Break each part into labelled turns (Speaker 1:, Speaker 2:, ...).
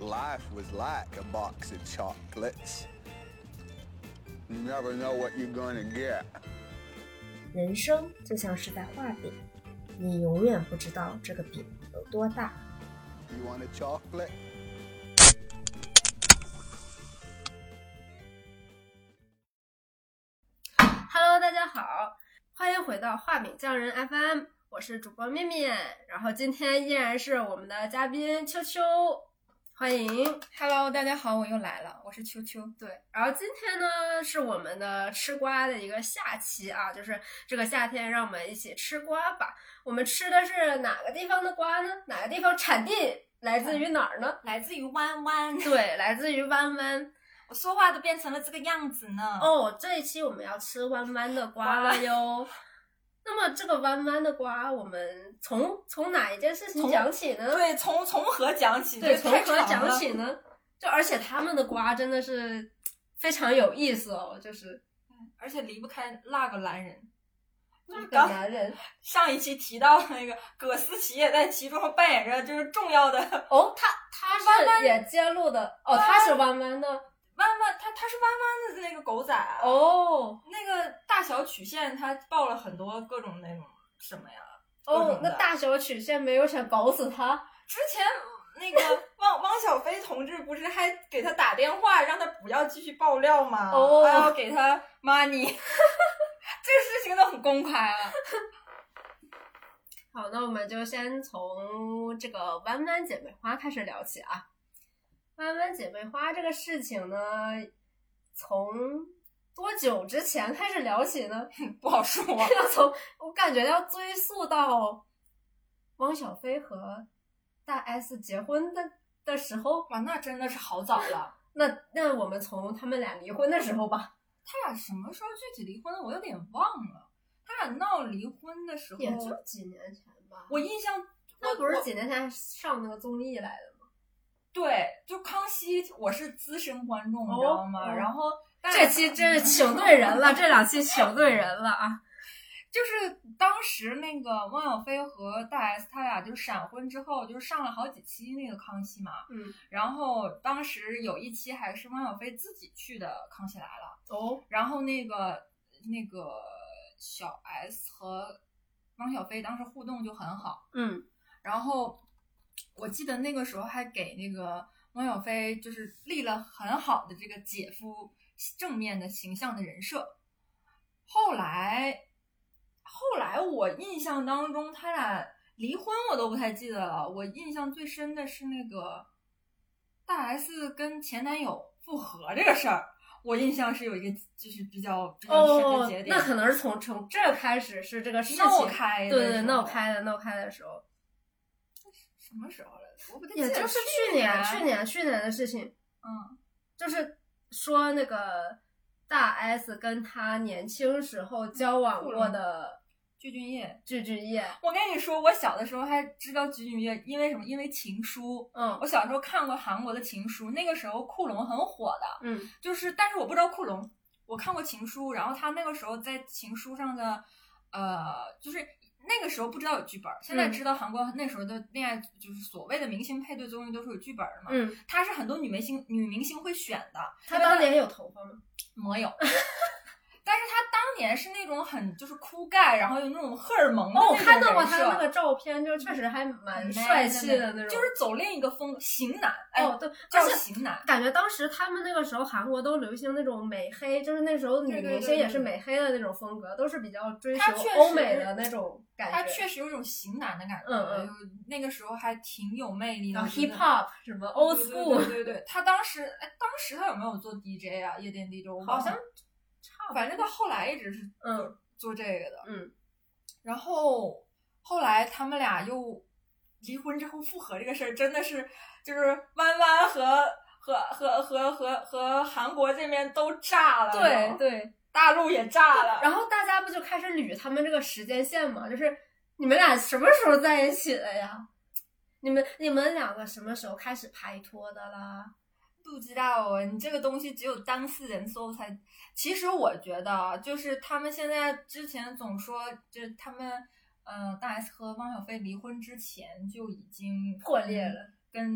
Speaker 1: was like a box of chocolates. You never know what you're gonna get.
Speaker 2: 人生就像是在画饼，你永远不知道这个饼有多大。
Speaker 1: You want a chocolate?
Speaker 3: 哈喽，大家好，欢迎回到画饼匠人 FM，我是主播面面，然后今天依然是我们的嘉宾秋秋，欢迎。
Speaker 4: Hello，大家好，我又来了，我是秋秋。
Speaker 3: 对，然后今天呢是我们的吃瓜的一个下期啊，就是这个夏天让我们一起吃瓜吧。我们吃的是哪个地方的瓜呢？哪个地方产地来自于哪儿呢？
Speaker 4: 来自于弯 弯，
Speaker 3: 对，来自于弯弯。
Speaker 4: 我说话都变成了这个样子呢。
Speaker 3: 哦，这一期我们要吃弯弯的瓜了哟。那么这个弯弯的瓜，我们从从哪一件事情
Speaker 4: 从
Speaker 3: 讲起呢？
Speaker 4: 对，从从何讲起？
Speaker 3: 对，
Speaker 4: 这
Speaker 3: 从
Speaker 4: 太
Speaker 3: 何
Speaker 4: 长
Speaker 3: 讲
Speaker 4: 了？
Speaker 3: 起呢？就而且他们的瓜真的是非常有意思哦，就是
Speaker 4: 而且离不开那个男人。
Speaker 3: 那个
Speaker 4: 刚
Speaker 3: 男人
Speaker 4: 上一期提到了那个葛思琪也在其中扮演着就是重要的弯
Speaker 3: 哦，他他
Speaker 4: 弯
Speaker 3: 是也揭露的哦，他是弯弯的
Speaker 4: 弯，他他是弯弯的那个狗仔啊。
Speaker 3: 哦
Speaker 4: 那个大小曲线，他报了很多各种那种什么呀？各
Speaker 3: 哦
Speaker 4: 种，
Speaker 3: 那
Speaker 4: 的
Speaker 3: 大小曲线没有想搞死他
Speaker 4: 之前那个 汪汪小菲同志不是还给他打电话，让他不要继续爆料吗？
Speaker 3: 哦
Speaker 4: 还要给他 money，这个 事情都很公开了。
Speaker 3: 好，那我们就先从这个弯弯姐妹花开始聊起啊。弯弯姐妹花这个事情呢，从多久之前开始聊起呢？
Speaker 4: 不好说，
Speaker 3: 要从我感觉要追溯到汪小菲和大 S 结婚的的时候，
Speaker 4: 哇，那真的是好早了。
Speaker 3: 那那我们从他们俩离婚的时候吧，
Speaker 4: 他俩什么时候具体离婚的，我有点忘了。他俩闹离婚的时候，
Speaker 3: 也就几年前吧。
Speaker 4: 我印象，
Speaker 3: 那
Speaker 4: 我
Speaker 3: 不是
Speaker 4: 我
Speaker 3: 几年前还上那个综艺来的吗？
Speaker 4: 对，就康熙，我是资深观众，你知
Speaker 3: 哦
Speaker 4: 道吗？
Speaker 3: 哦
Speaker 4: 然后但
Speaker 3: 这期真是请对人 了，这两期请对人了啊！
Speaker 4: 就是当时那个汪小菲和大 S 他俩就是闪婚之后，就是上了好几期那个康熙嘛，
Speaker 3: 嗯，
Speaker 4: 然后当时有一期还是汪小菲自己去的《康熙来了
Speaker 3: 哦》，，
Speaker 4: 然后那个那个小 S 和汪小菲当时互动就很好，
Speaker 3: 嗯，
Speaker 4: 然后我记得那个时候还给那个汪小菲就是立了很好的这个姐夫正面的形象的人设，后来后来我印象当中他俩离婚我都不太记得了，我印象最深的是那个大 S 跟前男友复合这个事儿，我印象是有一个就是比较比较深的
Speaker 3: 哦
Speaker 4: 节，点，
Speaker 3: 那可能是从从这儿开始是这个事情
Speaker 4: 闹开的
Speaker 3: 对对
Speaker 4: 时
Speaker 3: 对，
Speaker 4: 候
Speaker 3: 闹开的闹开的时候，
Speaker 4: 什么时候来着？我不太记
Speaker 3: 也
Speaker 4: 得，
Speaker 3: 就是去
Speaker 4: 年，
Speaker 3: 去年去年的事情。
Speaker 4: 嗯，
Speaker 3: 就是说那个大 S 跟他年轻时
Speaker 4: 嗯
Speaker 3: 候交往过的
Speaker 4: 具俊晔。
Speaker 3: 具俊晔，
Speaker 4: 我跟你说，我小的时候还知道具俊晔，因为什么？因为《情书》。
Speaker 3: 嗯
Speaker 4: 我小时候看过韩国的《情书》，那个时候库龙很火的，
Speaker 3: 嗯
Speaker 4: 就是但是我不知道库龙，我看过《情书》，然后他那个时候在《情书》上的，呃，就是那个时候不知道有剧本，现在
Speaker 3: 嗯
Speaker 4: 知道韩国那时候的恋爱就是所谓的明星配对综艺都是有剧本的嘛，
Speaker 3: 嗯，
Speaker 4: 他是很多女明星女明星会选的，
Speaker 3: 他当年有头发吗？
Speaker 4: 没有。 但是他当年是那种很就是枯盖，然后有那种荷尔蒙的
Speaker 3: 哦，我
Speaker 4: 那种
Speaker 3: 看到过
Speaker 4: 人
Speaker 3: 他
Speaker 4: 设嗯
Speaker 3: 那个照片，就确实还蛮帅气的那种。
Speaker 4: 就是走另一个风，型男，哎，
Speaker 3: 哦对，
Speaker 4: 叫
Speaker 3: 而且
Speaker 4: 型男，
Speaker 3: 感觉当时他们那个时候韩国都流行那种美黑，就是那时候女
Speaker 4: 对对对
Speaker 3: 明星也是
Speaker 4: 对
Speaker 3: 美黑的那种风格，都是比较追求
Speaker 4: 他确实
Speaker 3: 欧美的那种感觉。
Speaker 4: 他确实有一种型男的感觉，
Speaker 3: 嗯嗯
Speaker 4: 嗯，那个时候还挺有魅力的
Speaker 3: 然后
Speaker 4: 我觉得
Speaker 3: hip hop 什么 old
Speaker 4: 对
Speaker 3: school，
Speaker 4: 对对对对，他当时，哎，当时他有没有做 DJ 啊？夜店 DJ，我忘
Speaker 3: 好
Speaker 4: 了
Speaker 3: 像差不多
Speaker 4: 反正到后来一直是
Speaker 3: 嗯
Speaker 4: 做这个的，
Speaker 3: 嗯，
Speaker 4: 然后后来他们俩又离婚之后复合，这个事儿真的是就是弯弯和和和和和和韩国这边都炸了，然
Speaker 3: 对
Speaker 4: 后
Speaker 3: 对。
Speaker 4: 大陆也炸了，
Speaker 3: 然后大家不就开始捋他们这个时间线嘛？就是你们俩什么时候在一起的呀？你们你们两个什么时候开始拍拖的啦？
Speaker 4: 不知道啊，你这个东西只有当事人搜才。其实我觉得啊，就是他们现在之前总说，就是他们呃大 S 和汪小菲离婚之前就已经
Speaker 3: 破裂了。啊
Speaker 4: 跟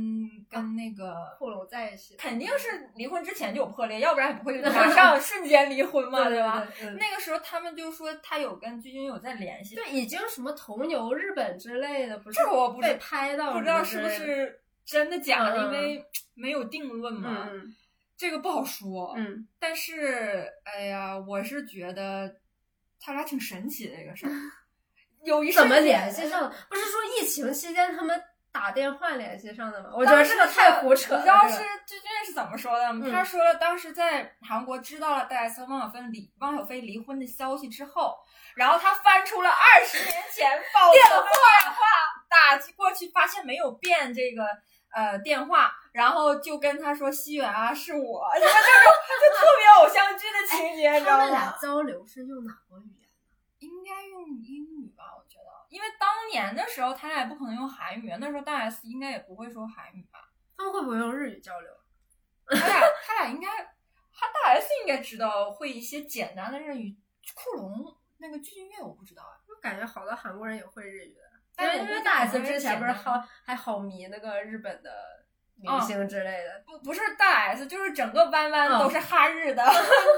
Speaker 4: 跟那个
Speaker 3: 库龙在一起，
Speaker 4: 肯定是离婚之前就有破裂，要不然也不会马上瞬间离婚嘛，
Speaker 3: 对
Speaker 4: 吧？？嗯
Speaker 3: 对
Speaker 4: 那个时候他们就说他有跟鞠婧祎有在联系，
Speaker 3: 对，已经什么同游日本之类的，不是
Speaker 4: 这我不知
Speaker 3: 被拍到，
Speaker 4: 不知道是不是真的假的，
Speaker 3: 嗯
Speaker 4: 因为没有定论嘛，
Speaker 3: 嗯
Speaker 4: 这个不好说。
Speaker 3: 嗯
Speaker 4: 但是，哎呀，我是觉得他俩挺神奇的这个事 儿，有一
Speaker 3: 怎么
Speaker 4: 瞬间
Speaker 3: 联系上的？不是说疫情期间他们打电话联系上的吗？我觉得这个太胡扯了。
Speaker 4: 你知道
Speaker 3: 这
Speaker 4: 是
Speaker 3: 个
Speaker 4: 这这是怎么说的吗？
Speaker 3: 嗯
Speaker 4: 他说了，当时在韩国知道了戴斯和汪小菲离汪小菲离婚的消息之后，然后他翻出了二十年前报电话电话打过去，发现没有变这个呃电话，然后就跟他说西远啊是 我，什么这种就特别偶像剧的情节，你知
Speaker 3: 他
Speaker 4: 道
Speaker 3: 们俩
Speaker 4: 吗？
Speaker 3: 交流是用哪国语言？
Speaker 4: 应该用英语吧，我觉得，因为当年的时候他俩也不可能用韩语，那时候大 S 应该也不会说韩语吧。
Speaker 3: 他们会不会用日语交流？
Speaker 4: 他俩他俩应该，他大 S 应该知道会一些简单的日语。库龙那个鞠婧祎我不知道啊，
Speaker 3: 我感觉好多韩国人也会日语的，因
Speaker 4: 但
Speaker 3: 为
Speaker 4: 是
Speaker 3: 因
Speaker 4: 我
Speaker 3: 为
Speaker 4: 估计
Speaker 3: 大
Speaker 4: 可
Speaker 3: S
Speaker 4: 能
Speaker 3: 之前
Speaker 4: 简
Speaker 3: 不是
Speaker 4: 单哦
Speaker 3: 好还好迷那个日本的明星之类的，
Speaker 4: 不不是大 S，就是整个弯弯都是哈日的，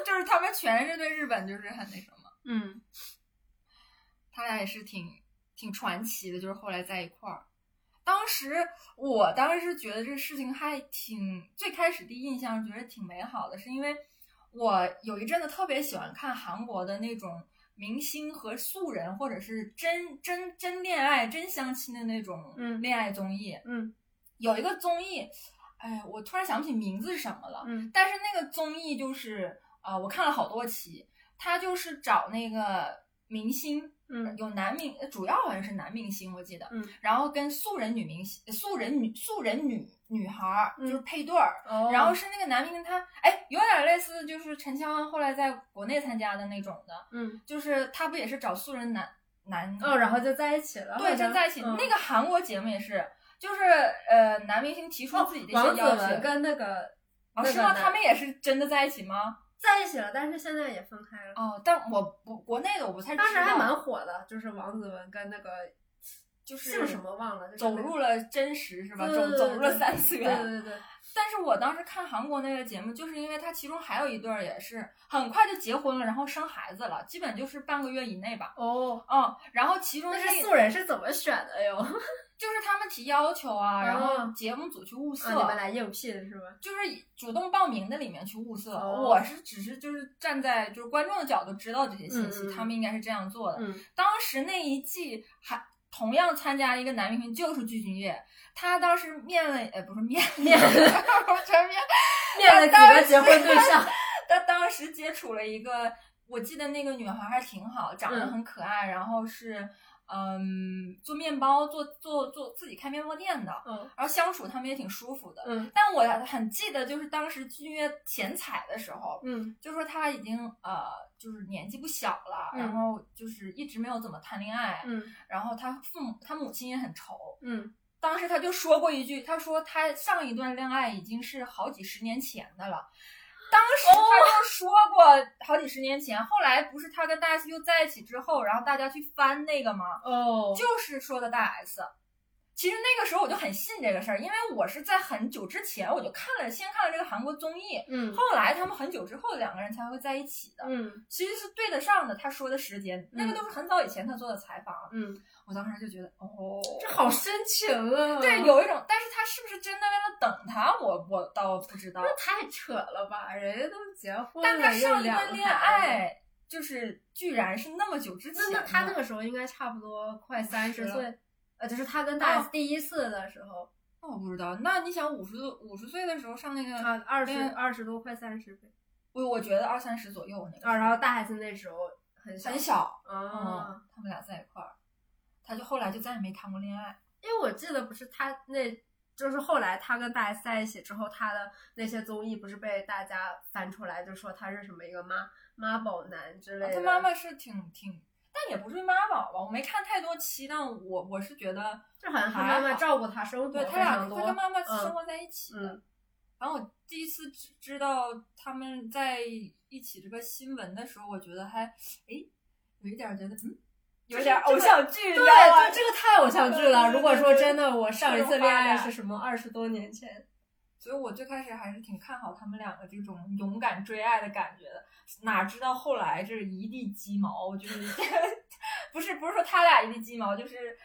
Speaker 4: 就是他们全是对日本就是很那什么。
Speaker 3: 嗯，
Speaker 4: 他俩也是挺挺传奇的，就是后来在一块儿。当时我当时觉得这个事情还挺，最开始第一印象觉得挺美好的，是因为我有一阵子特别喜欢看韩国的那种明星和素人，或者是真真真恋爱、真相亲的那种
Speaker 3: 嗯
Speaker 4: 恋爱综艺。
Speaker 3: 嗯
Speaker 4: 有一个综艺，哎，我突然想不起名字是什么了。
Speaker 3: 嗯
Speaker 4: 但是那个综艺就是，呃，我看了好多期，他就是找那个明星，
Speaker 3: 嗯
Speaker 4: 有男明，呃主要好像是男明星，我记得，
Speaker 3: 嗯，
Speaker 4: 然后跟素人女明星、素人女、素人女女孩儿
Speaker 3: 嗯
Speaker 4: 就是配对儿，
Speaker 3: 哦
Speaker 4: 然后是那个男明星他，哎，有点类似就是陈乔恩后来在国内参加的那种的，
Speaker 3: 嗯
Speaker 4: 就是他不也是找素人男男
Speaker 3: 哦，然后就在一起了，
Speaker 4: 对，
Speaker 3: 好像
Speaker 4: 就在一起。
Speaker 3: 嗯
Speaker 4: 那个韩国节目也是，就是呃，男明星提出
Speaker 3: 哦
Speaker 4: 自己的一
Speaker 3: 王
Speaker 4: 些
Speaker 3: 子
Speaker 4: 要
Speaker 3: 文
Speaker 4: 求。
Speaker 3: 跟那个
Speaker 4: 哦，
Speaker 3: 那
Speaker 4: 是
Speaker 3: 个
Speaker 4: 吗？
Speaker 3: 男
Speaker 4: 他们也是真的在一起
Speaker 3: 哦
Speaker 4: 吗？
Speaker 3: 在一起了，但是现在也分开了。
Speaker 4: 哦，但我我国内的我不太知道。
Speaker 3: 当时还蛮火的，就是王子文跟那个
Speaker 4: 就是
Speaker 3: 姓什么忘了，就是
Speaker 4: 走
Speaker 3: 那个
Speaker 4: 入了真实是吧？
Speaker 3: 对
Speaker 4: 走
Speaker 3: 对
Speaker 4: 走入了
Speaker 3: 对
Speaker 4: 三次
Speaker 3: 对
Speaker 4: 元。
Speaker 3: 对对对，
Speaker 4: 但是我当时看韩国那个节目，就是因为它其中还有一对儿也是很快就结婚了，然后生孩子了，基本就是半个月以内吧。
Speaker 3: 哦，
Speaker 4: 嗯，然后其中
Speaker 3: 那
Speaker 4: 那
Speaker 3: 是素人是怎么选的 哟？啊
Speaker 4: 就是他们提要求啊，然后
Speaker 3: 哦
Speaker 4: 节目组去物色，
Speaker 3: 啊，你们来应聘是吧？
Speaker 4: 就是主动报名的里面去物色。
Speaker 3: 哦
Speaker 4: 我是只是就是站在就是观众的角度知道这些信息，
Speaker 3: 嗯嗯嗯
Speaker 4: 他们应该是这样做的。
Speaker 3: 嗯，
Speaker 4: 当时那一季还同样参加了一个男明星，就是具俊晔，他当时面了， 呃，不是面面，我全面
Speaker 3: 面了几个结婚对象，
Speaker 4: 他当时接触了一个，我记得那个女孩还挺好，长得
Speaker 3: 嗯
Speaker 4: 很可爱，然后是嗯做面包，做做做自己开面包店的，
Speaker 3: 嗯
Speaker 4: 然后相处他们也挺舒服的。
Speaker 3: 嗯
Speaker 4: 但我很记得，就是当时剧约前彩的时候，
Speaker 3: 嗯
Speaker 4: 就说他已经呃就是年纪不小了，
Speaker 3: 嗯
Speaker 4: 然后就是一直没有怎么谈恋爱，
Speaker 3: 嗯
Speaker 4: 然后他父母他母亲也很愁。
Speaker 3: 嗯，
Speaker 4: 当时他就说过一句，他说他上一段恋爱已经是好几十年前的了。当时他
Speaker 3: 哦
Speaker 4: 就说过好几十年前，后来不是他跟大 S 又在一起之后，然后大家去翻那个吗？
Speaker 3: 哦
Speaker 4: 就是说的大 S。其实那个时候我就很信这个事儿，因为我是在很久之前我就看了，先看了这个韩国综艺，
Speaker 3: 嗯
Speaker 4: 后来他们很久之后两个人才会在一起的，
Speaker 3: 嗯
Speaker 4: 其实是对得上的。他说的时间，那个
Speaker 3: 嗯
Speaker 4: 都是很早以前他做的采访，
Speaker 3: 嗯，
Speaker 4: 我当时就觉得哦，
Speaker 3: 这好深情啊！
Speaker 4: 对，有一种，但是他是不是真的为了等他，我我倒不知道。
Speaker 3: 那太扯了吧？人家都结婚了，
Speaker 4: 但他上一
Speaker 3: 又两
Speaker 4: 段
Speaker 3: 个
Speaker 4: 恋
Speaker 3: 孩子，
Speaker 4: 爱，就是居然是那么久之前
Speaker 3: 那
Speaker 4: 的。
Speaker 3: 那他那个时候应该差不多快三十
Speaker 4: 50
Speaker 3: 岁，呃，就是他跟大
Speaker 4: 哦
Speaker 3: S 第一次的时候，
Speaker 4: 那我不知道。那你想五十五十岁的时候上那个，
Speaker 3: 啊，二十
Speaker 4: 对
Speaker 3: 二十多快三十岁，
Speaker 4: 我我觉得二三十左右那个时候，
Speaker 3: 啊，然后大 S 那时候很小
Speaker 4: 很小，
Speaker 3: 啊。
Speaker 4: 嗯，他们俩在一块儿，他就后来就再也没谈过恋爱。
Speaker 3: 因为我记得不是他那，就是后来他跟大 S 在一起之后，他的那些综艺不是被大家翻出来，就说他是什么一个妈妈宝男之类的。
Speaker 4: 哦他妈妈是挺挺，但也不是妈宝吧，我没看太多期，但我我是觉得，
Speaker 3: 就好像他妈妈照顾他生活
Speaker 4: 对他
Speaker 3: 非
Speaker 4: 俩
Speaker 3: 常
Speaker 4: 他
Speaker 3: 多。
Speaker 4: 跟妈妈
Speaker 3: 嗯
Speaker 4: 生活在一起的。
Speaker 3: 嗯
Speaker 4: 然后我第一次知知道他们在一起这个新闻的时候，我觉得还哎有一点儿觉得嗯。
Speaker 3: 就
Speaker 5: 有
Speaker 3: 是
Speaker 5: 点偶
Speaker 3: 这个
Speaker 5: 像剧，你知
Speaker 3: 对，
Speaker 4: 啊
Speaker 5: 道吗
Speaker 3: 就这个太偶像剧
Speaker 5: 对
Speaker 3: 了。
Speaker 5: 对对
Speaker 3: 如果说真的，我上一次恋爱
Speaker 5: 这
Speaker 3: 是什么二十多年前，
Speaker 4: 所以我最开始还是挺看好他们两个这种勇敢追爱的感觉的，哪知道后来这一地鸡毛，就是 不是不是说他俩一地鸡毛，就是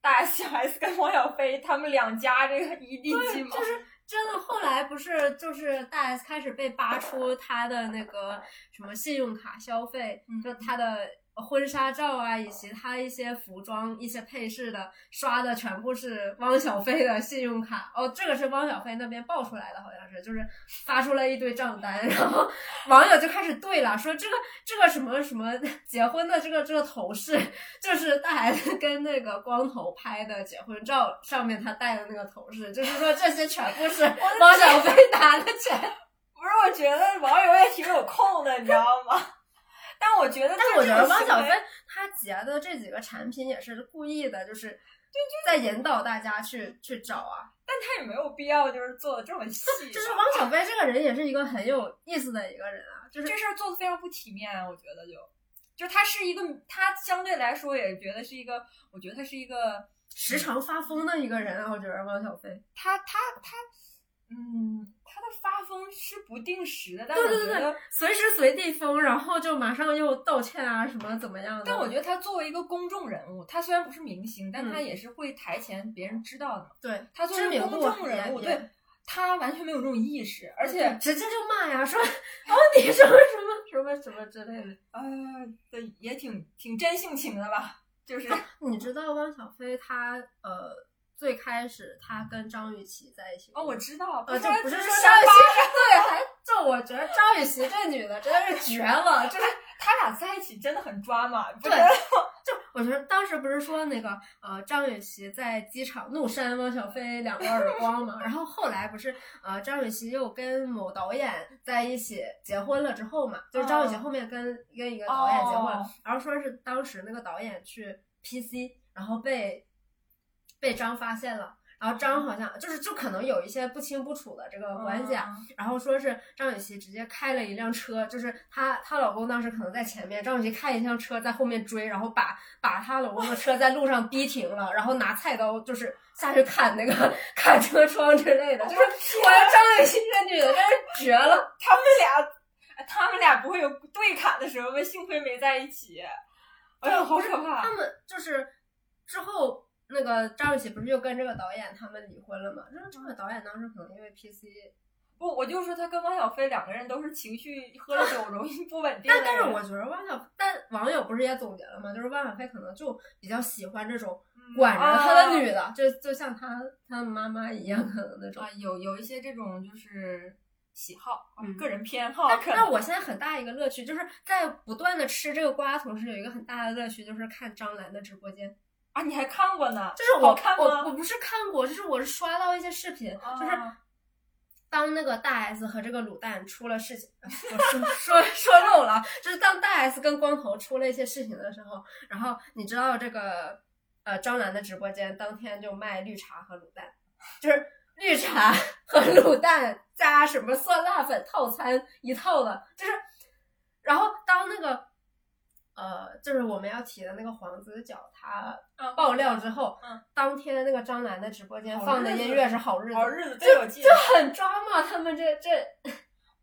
Speaker 4: 大 S 跟王小飞他们两家这个一地鸡毛，
Speaker 3: 就是真的。后来不是就是大 S 开始被扒出她的那个什么信用卡消费，
Speaker 4: 嗯
Speaker 3: 就她的婚纱照啊，以及她一些服装、一些配饰的刷的全部是汪小菲的信用卡。哦，这个是汪小菲那边爆出来的，好像是就是发出了一堆账单，然后网友就开始对了，说这个这个什么什么结婚的这个这个头饰，就是大 S 跟那个光头拍的结婚照上面他戴的那个头饰，就是说这些全部是汪小菲拿的钱。
Speaker 5: 不是，我觉得网友也挺有空的，你知道吗？ 但我觉得，
Speaker 3: 但我觉得汪小菲他结的这几个产品也是故意的，就是在引导大家去去找啊。
Speaker 5: 但他也没有必要就是做的这么细吧，
Speaker 3: 就是汪小菲这个人也是一个很有意思的一个人啊，就是
Speaker 5: 这事儿做的非常不体面，我觉得就
Speaker 4: 就他是一个，他相对来说也觉得是一个，我觉得他是一个，
Speaker 3: 时常发疯的一个人啊。我觉得汪小菲，
Speaker 4: 他他他，嗯，他的发疯是不定时的，但我
Speaker 3: 对
Speaker 4: 觉得
Speaker 3: 对对，随时随地疯，然后就马上又道歉啊，什么怎么样的。
Speaker 4: 但我觉得他作为一个公众人物，他虽然不是明星，但
Speaker 3: 嗯
Speaker 4: 他也是会台前别人知道的嘛。
Speaker 3: 对
Speaker 4: 他作
Speaker 3: 知
Speaker 4: 为一
Speaker 3: 名
Speaker 4: 个
Speaker 3: 度
Speaker 4: 公众人物，
Speaker 3: 也也
Speaker 4: 对他完全没有这种意识，而且
Speaker 3: 直接就骂呀，说哦你什么什么什么什么之类的。
Speaker 4: 呃，对，也挺挺真性情的吧，就是
Speaker 3: 你知道汪小菲他呃最开始他跟张雨绮在一起
Speaker 4: 哦，我知道，
Speaker 3: 呃，
Speaker 4: 是
Speaker 3: 就不是
Speaker 4: 就
Speaker 3: 说
Speaker 4: 是
Speaker 3: 张雨
Speaker 4: 巴
Speaker 3: 绮对，还就我觉得张雨绮这女的真的是绝了，就是
Speaker 4: 他俩在一起真的很抓马，不
Speaker 3: 对
Speaker 4: 觉得
Speaker 3: 就我觉得当时不是说那个呃张雨绮在机场怒扇汪小菲两个耳光嘛，然后后来不是呃张雨绮又跟某导演在一起结婚了之后嘛，就是张雨绮
Speaker 4: 哦
Speaker 3: 后面跟、跟一个导演结婚了，
Speaker 4: 哦
Speaker 3: 然后说是当时那个导演去 PC，然后被被张发现了。然后张好像就是就可能有一些不清不楚的这个
Speaker 4: 嗯
Speaker 3: 关系啊，然后说是张雨绮直接开了一辆车，就是她她老公当时可能在前面，张雨绮开一辆车在后面追，然后把把她老公的车在路上逼停了，然后拿菜刀就是下去砍那个砍车窗之类的，就是 我觉得张雨绮这女的真是绝了，
Speaker 5: 他们俩，哎他们俩不会有对砍的时候吗？幸亏没在一起，哎呀，好可怕！
Speaker 3: 他们就是之后。那个张雨绮不是又跟这个导演他们离婚了嘛？就是这个导演当时可能因为 PC
Speaker 4: 不，我就说他跟汪小菲两个人都是情绪喝了酒容易不稳定的
Speaker 3: 但
Speaker 4: 人。
Speaker 3: 但是我觉得汪小，但网友不是也总结了吗？就是汪小菲可能就比较喜欢这种
Speaker 4: 嗯
Speaker 3: 管着他
Speaker 4: 啊
Speaker 3: 的女的，就就像他他的妈妈一样，可能那种
Speaker 4: 啊。，有有一些这种就是喜好，啊
Speaker 3: 嗯
Speaker 4: 个人偏好，
Speaker 3: 但
Speaker 4: 可
Speaker 3: 但
Speaker 4: 能
Speaker 3: 我现在很大一个乐趣，就是在不断的吃这个瓜的同时，有一个很大的乐趣就是看张兰的直播间。
Speaker 4: 啊，你还看过呢？
Speaker 3: 就是我
Speaker 4: 好看
Speaker 3: 我我
Speaker 4: 吗？
Speaker 3: 不是看过，就是我是刷到一些视频，
Speaker 4: 啊
Speaker 3: 就是当那个大 S 和这个卤蛋出了事情，我说 说说漏了啊，就是当大 S 跟光头出了一些事情的时候，然后你知道这个呃张兰的直播间当天就卖绿茶和卤蛋，就是绿茶和卤蛋加什么酸辣粉套餐一套的，就是，然后当那个。呃，就是我们要提的那个黄子佼，他
Speaker 4: 嗯
Speaker 3: 爆料之后，
Speaker 4: 嗯
Speaker 3: 当天那个张楠的直播间
Speaker 4: 好
Speaker 3: 放的
Speaker 4: 日子
Speaker 3: 音乐是《好哦日子》，
Speaker 4: 好日子，这我记得。
Speaker 3: 很抓嘛，他们这这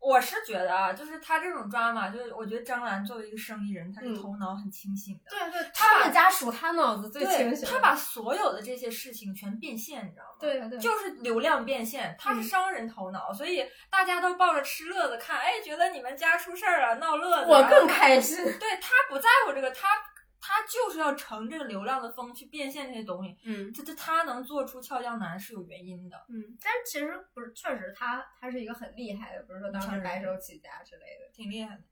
Speaker 4: 我是觉得啊，就是他这种抓马，就是我觉得张兰作为一个生意人，他是
Speaker 3: 嗯
Speaker 4: 头脑很清醒的。
Speaker 3: 对对，
Speaker 4: 他
Speaker 3: 他
Speaker 4: 把
Speaker 3: 们家属他脑子最清醒，
Speaker 4: 他把所有的这些事情全变现，你知道吗？
Speaker 3: 对对
Speaker 4: 就是流量变现，他是
Speaker 3: 嗯
Speaker 4: 商人头脑，所以大家都抱着吃乐子看，哎，觉得你们家出事儿了，闹乐子。
Speaker 3: 我
Speaker 4: 然后
Speaker 3: 更开心，
Speaker 4: 对他不在乎这个，他他就是要乘这个流量的风去变现这些东西。
Speaker 3: 嗯
Speaker 4: 这这他能做出俏江南是有原因的，
Speaker 3: 嗯，但是其实不是，确实他他是一个很厉害的，不是说当
Speaker 4: 当
Speaker 3: 时
Speaker 4: 然
Speaker 3: 白手起家之类的。
Speaker 4: 挺厉害的。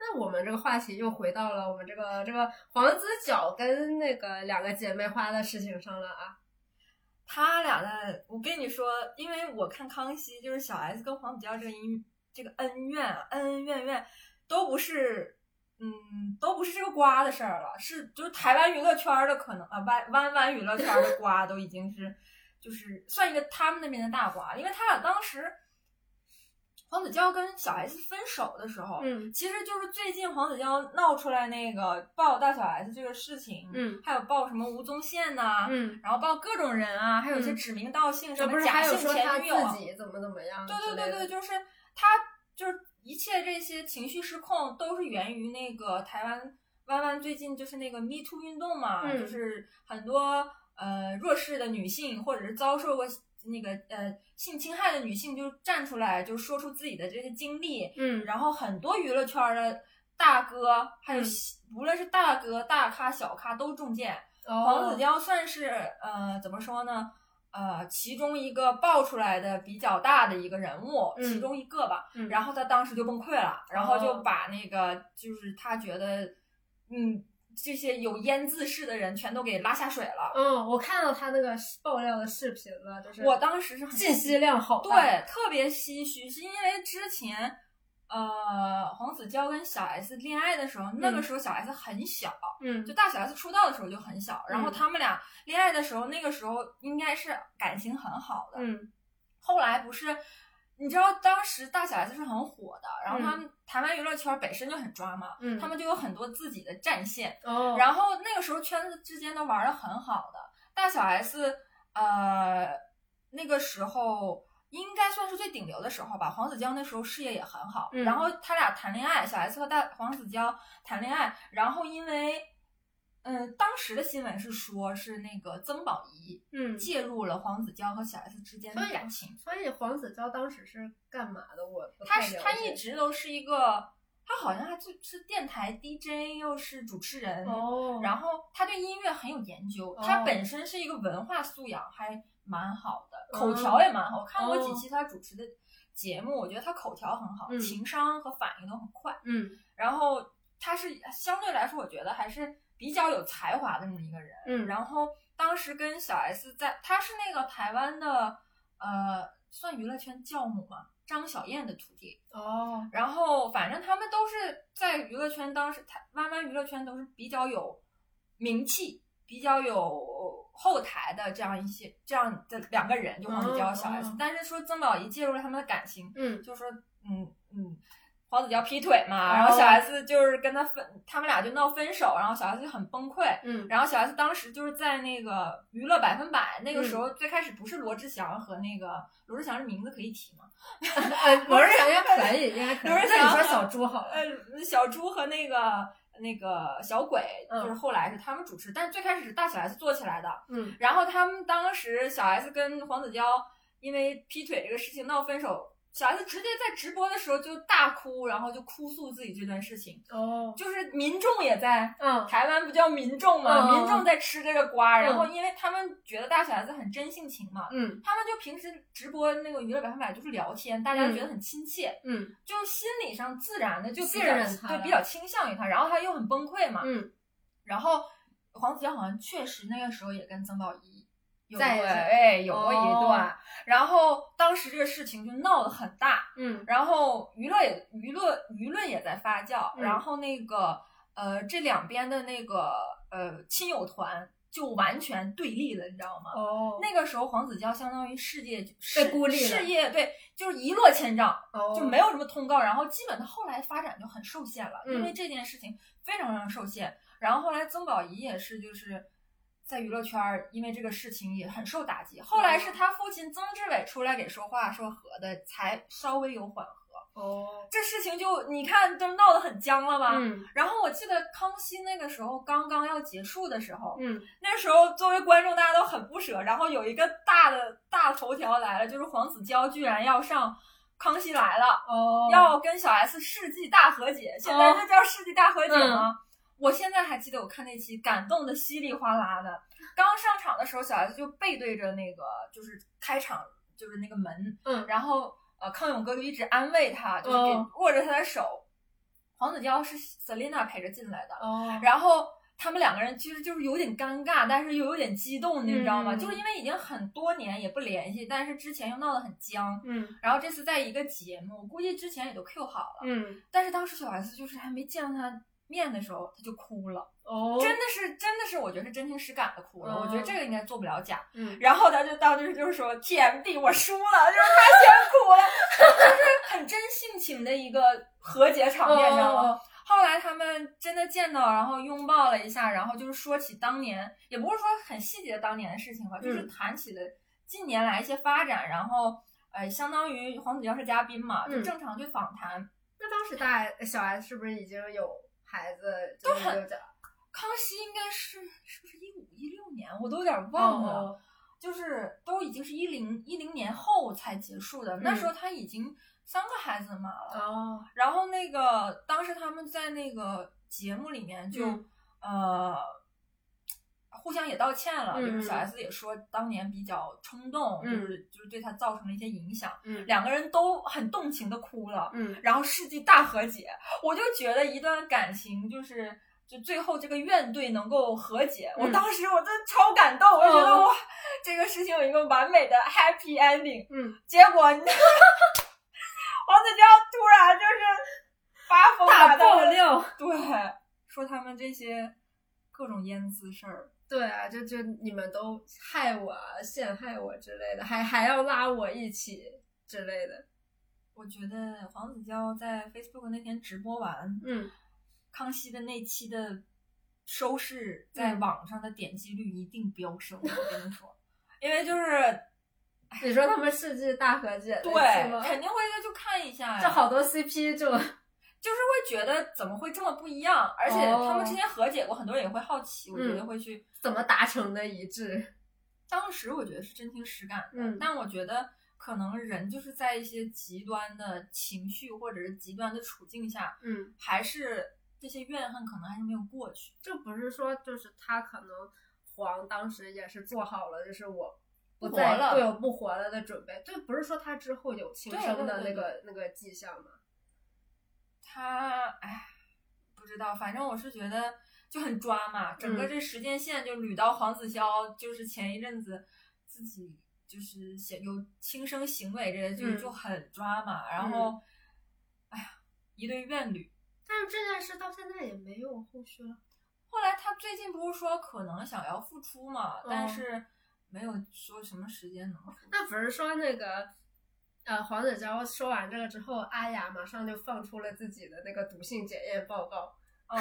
Speaker 3: 那我们这个话题又回到了我们这个这个黄子佼跟那个两个姐妹花的事情上了啊，
Speaker 4: 他俩的，我跟你说，因为我看《康熙》，就是小 S 跟黄子佼这个因这个恩怨啊，恩恩怨怨都不是，嗯，都不是这个瓜的事儿了，是就是台湾娱乐圈儿的可能啊，弯弯弯娱乐圈儿的瓜都已经是，就是算一个他们那边的大瓜，因为他俩当时。黄子佼跟小 S 分手的时候，
Speaker 3: 嗯
Speaker 4: 其实就是最近黄子佼闹出来那个爆大小 S 这个事情，
Speaker 3: 嗯
Speaker 4: 还有爆什么吴宗宪呐、
Speaker 3: 嗯，
Speaker 4: 然后爆各种人啊，还有一些
Speaker 3: 嗯
Speaker 4: 指名道姓、什
Speaker 3: 这不
Speaker 4: 么
Speaker 3: 是
Speaker 4: 假
Speaker 3: 还有
Speaker 4: 性
Speaker 3: 说
Speaker 4: 前
Speaker 3: 他
Speaker 4: 女友啊，
Speaker 3: 自己怎么怎么样？
Speaker 4: 对对对对，
Speaker 3: 对，
Speaker 4: 就是他就是一切这些情绪失控都是源于那个台湾弯弯最近就是那个 Me Too 运动嘛，
Speaker 3: 嗯
Speaker 4: 就是很多呃弱势的女性或者是遭受过。那个呃，性侵害的女性就站出来，就说出自己的这些经历，
Speaker 3: 嗯，
Speaker 4: 然后很多娱乐圈儿的大哥，还有
Speaker 3: 嗯
Speaker 4: 小无论是大哥、大咖、小咖都中箭。黄子
Speaker 3: 哦，
Speaker 4: 佼算是呃怎么说呢？呃，其中一个爆出来的比较大的一个人物，
Speaker 3: 嗯
Speaker 4: 其中一个吧。
Speaker 3: 嗯
Speaker 4: 然后他当时就崩溃了，然后就
Speaker 3: 哦
Speaker 4: 把那个就是他觉得，嗯，这些有腌制式的人全都给拉下水了。
Speaker 3: 嗯，我看到他那个爆料的视频了，就是
Speaker 4: 我当时是很
Speaker 3: 信息量好大，
Speaker 4: 对，特别唏嘘，是因为之前，呃，黄子佼跟小 S 恋爱的时候，那个
Speaker 3: 嗯
Speaker 4: 时候小 S 很小，
Speaker 3: 嗯
Speaker 4: 就大小 S 出道的时候就很小，然后
Speaker 3: 嗯
Speaker 4: 他们俩恋爱的时候，那个时候应该是感情很好的。
Speaker 3: 嗯
Speaker 4: 后来不是，你知道当时大小 S 是很火的，然后他们台湾娱乐圈本身就很抓嘛，
Speaker 3: 嗯，
Speaker 4: 他们就有很多自己的战线，
Speaker 3: 哦，
Speaker 4: 然后那个时候圈子之间都玩的很好的，大小 S，呃，那个时候应该算是最顶流的时候吧。黄子佼那时候事业也很好，
Speaker 3: 嗯
Speaker 4: 然后他俩谈恋爱，小 S 和大黄子佼谈恋爱，然后因为，嗯、当时的新闻是说是那个曾宝仪
Speaker 3: 嗯，
Speaker 4: 介入了黄子佼和小 S 之间的
Speaker 3: 所以
Speaker 4: 感情，
Speaker 3: 所以黄子佼当时是干嘛的？我不
Speaker 4: 他
Speaker 3: 太
Speaker 4: 是
Speaker 3: 了
Speaker 4: 他
Speaker 3: 解
Speaker 4: 一直都是一个。他好像还就是电台 DJ，又是主持人，
Speaker 3: 哦，
Speaker 4: 然后他对音乐很有研究，
Speaker 3: 哦
Speaker 4: 他本身是一个文化素养还蛮好
Speaker 3: 嗯
Speaker 4: 的，口条也蛮好。我看过
Speaker 3: 哦
Speaker 4: 几期他主持的节目，我觉得他口条很好，
Speaker 3: 嗯
Speaker 4: 情商和反应都很快。
Speaker 3: 嗯
Speaker 4: 然后他是相对来说，我觉得还是比较有才华的那么一个人。
Speaker 3: 嗯，后
Speaker 4: 然后当时跟小 S 在，他是那个台湾的呃，算娱乐圈教母嘛，张小燕的徒弟。
Speaker 3: 哦，
Speaker 4: 然后反正他们都是在娱乐圈，当时台弯弯娱乐圈都是比较有名气、比较有后台的这样一些这样的两个人，就黄子佼、小 S、
Speaker 3: 嗯嗯
Speaker 4: 但是说曾宝仪介入了他们的感情，
Speaker 3: 嗯
Speaker 4: 就说嗯嗯，黄子佼劈腿嘛，
Speaker 3: 哦
Speaker 4: 然后小 S 就是跟他分，他们俩就闹分手，然后小 S 就很崩溃。
Speaker 3: 嗯
Speaker 4: 然后小 S 当时就是在那个娱乐百分百，那个
Speaker 3: 嗯
Speaker 4: 时候最开始不是罗志祥和那个罗志祥这名字可以提吗？
Speaker 3: 呃， 我是想应该可以，应该可以。
Speaker 4: 有人
Speaker 3: 那你
Speaker 4: 想
Speaker 3: 说小猪好了，
Speaker 4: 呃，小猪和那个那个小鬼，
Speaker 3: 嗯
Speaker 4: 就是后来是他们主持，但是最开始是大小 S 做起来的。
Speaker 3: 嗯
Speaker 4: 然后他们当时小 S 跟黄子佼因为劈腿这个事情闹分手，小 S 直接在直播的时候就大哭，然后就哭诉自己这段事情，
Speaker 3: 哦，
Speaker 4: 就是民众也在。
Speaker 3: 嗯
Speaker 4: 台湾不叫民众吗？
Speaker 3: 嗯
Speaker 4: 民众在吃这个瓜，
Speaker 3: 嗯
Speaker 4: 然后因为他们觉得大小 S 很真性情嘛，
Speaker 3: 嗯
Speaker 4: 他们就平时直播那个娱乐百分百就是聊天，大家
Speaker 3: 嗯
Speaker 4: 觉得很亲切，
Speaker 3: 嗯
Speaker 4: 就心理上自然的就比
Speaker 3: 信
Speaker 4: 较
Speaker 3: 任他
Speaker 4: 对
Speaker 3: 了
Speaker 4: 比较倾向于他，然后他又很崩溃嘛，
Speaker 3: 嗯，
Speaker 4: 然后黄子佼好像确实那个时候也跟曾宝仪有过
Speaker 3: 在一起
Speaker 4: 哎有过一段，
Speaker 3: 哦
Speaker 4: 然后当时这个事情就闹得很大，
Speaker 3: 嗯
Speaker 4: 然后舆论也舆论舆论也在发酵，
Speaker 3: 嗯
Speaker 4: 然后那个呃这两边的那个呃亲友团就完全对立了，你知道吗？
Speaker 3: 哦
Speaker 4: 那个时候，黄子佼相当于世界
Speaker 3: 被孤立了
Speaker 4: 事业对，就是一落千丈，
Speaker 3: 哦
Speaker 4: 就没有什么通告，然后基本他后来发展就很受限了，
Speaker 3: 嗯
Speaker 4: 因为这件事情非常非常受限。然后后来曾宝仪也是就是在娱乐圈儿，因为这个事情也很受打击。后来
Speaker 3: 哦
Speaker 4: 是他父亲曾志伟出来给说话说和的，才稍微有缓和。
Speaker 3: 哦，
Speaker 4: 这事情就你看都闹得很僵了吧？
Speaker 3: 嗯
Speaker 4: 然后我记得康熙那个时候刚刚要结束的时候，
Speaker 3: 嗯
Speaker 4: 那时候作为观众，大家都很不舍。然后有一个大的大头条来了，就是黄子佼居然要上《康熙来了》
Speaker 3: 哦，
Speaker 4: 要跟小 S 世纪大和解，现在这叫世纪大和解吗？
Speaker 3: 嗯
Speaker 4: 我现在还记得我看那期感动的稀里哗啦的。刚上场的时候，小 S 就背对着那个就是开场就是那个门，
Speaker 3: 嗯
Speaker 4: 然后呃康永哥就一直安慰他，就是给
Speaker 3: 哦
Speaker 4: 握着他的手。黄子佼是 Selina 陪着进来的，
Speaker 3: 哦，
Speaker 4: 然后他们两个人其实就是有点尴尬，但是又有点激动，你知道吗？
Speaker 3: 嗯
Speaker 4: 就是因为已经很多年也不联系，但是之前又闹得很僵，
Speaker 3: 嗯
Speaker 4: 然后这次在一个节目，我估计之前也都 Q 好了，
Speaker 3: 嗯
Speaker 4: 但是当时小 S 就是还没见到他面的时候，他就哭了，
Speaker 3: 哦，
Speaker 4: 真的是真的是，我觉得是真情实感的哭了。
Speaker 3: 哦
Speaker 4: 我觉得这个应该做不了假。
Speaker 3: 嗯，
Speaker 4: 然后他就到就是就是说 TMD 我输了，就是他先哭了， 就是很真性情的一个和解场面，你知道吗？
Speaker 3: 哦
Speaker 4: 后来他们真的见到，然后拥抱了一下，然后就是说起当年，也不是说很细节当年的事情吧，
Speaker 3: 嗯
Speaker 4: 就是谈起了近年来一些发展，然后呃，相当于黄子佼是嘉宾嘛，就
Speaker 3: 嗯
Speaker 4: 正常去访谈。
Speaker 3: 那当时大小 S 是不是已经有孩子？都
Speaker 4: 很哦
Speaker 3: 有这
Speaker 4: 康熙应该是是不是一五一六年，我都有点忘了。
Speaker 3: 哦
Speaker 4: 就是都已经是一零一零年后才结束的，那时候他已经三个孩子的妈了。
Speaker 3: 嗯哦，
Speaker 4: 然后那个当时他们在那个节目里面就、
Speaker 3: 嗯
Speaker 4: 呃互相也道歉了，
Speaker 3: 嗯
Speaker 4: 就是小
Speaker 3: 嗯
Speaker 4: S 也说当年比较冲动，
Speaker 3: 嗯
Speaker 4: 就是就是对他造成了一些影响，
Speaker 3: 嗯
Speaker 4: 两个人都很动情的哭了。
Speaker 3: 嗯
Speaker 4: 然后世纪大和解，我就觉得一段感情就是就最后这个怨怼能够和解，我
Speaker 3: 嗯
Speaker 4: 当时我真的超感动，我觉得
Speaker 3: 嗯
Speaker 4: 哇，这个事情有一个完美的 happy ending。
Speaker 3: 嗯，
Speaker 4: 结果你 王子娇突然就是发疯
Speaker 3: 大爆
Speaker 4: 了，当时
Speaker 3: 料。
Speaker 4: 对，说他们这些各种腌滋事儿，
Speaker 3: 对啊，就就你们都害我、啊、陷害我之类的，还还要拉我一起之类的。
Speaker 4: 我觉得黄子佼在 Facebook 那天直播完，
Speaker 3: 嗯，
Speaker 4: 康熙的那期的收视在
Speaker 3: 嗯
Speaker 4: 网上的点击率一定飙升，我跟 你说，因为就是
Speaker 3: 你说他们世纪大和解
Speaker 4: 对
Speaker 3: 那期吗，
Speaker 4: 肯定会就看一下呀，
Speaker 3: 这好多 CP 就
Speaker 4: 就是会觉得怎么会这么不一样，而且
Speaker 3: 哦
Speaker 4: 他们之间和解过，很多人也会好奇，我觉得
Speaker 3: 嗯
Speaker 4: 会去。
Speaker 3: 怎么达成的一致？
Speaker 4: 当时我觉得是真情实感的，
Speaker 3: 嗯
Speaker 4: 但我觉得可能人就是在一些极端的情绪或者是极端的处境下，
Speaker 3: 嗯，
Speaker 4: 还是这些怨恨可能还是没有过去。
Speaker 3: 就不是说就是他可能黄当时也是做好了，就是我。不
Speaker 4: 不
Speaker 3: 再
Speaker 4: 活了
Speaker 3: 对我不活了的准备，就不是说他之后有轻
Speaker 4: 对
Speaker 3: 生
Speaker 4: 对
Speaker 3: 的
Speaker 4: 对
Speaker 3: 那个那个迹象吗？
Speaker 4: 他哎，不知道，反正我是觉得就很抓嘛，整个
Speaker 3: 嗯
Speaker 4: 这时间线就捋到黄子佼，就是前一阵子自己就是写有轻生行为这些，就、
Speaker 3: 嗯
Speaker 4: 就很抓嘛，然后哎呀，一对怨侣。
Speaker 3: 但是这件事到现在也没有后续了。
Speaker 4: 后来他最近不是说可能想要复出嘛，但
Speaker 3: 嗯
Speaker 4: 是没有说什么时间能复出。
Speaker 3: 那不是说那个，呃，黄子佼说完这个之后，阿雅马上就放出了自己的那个毒性检验报告。
Speaker 4: 嗯，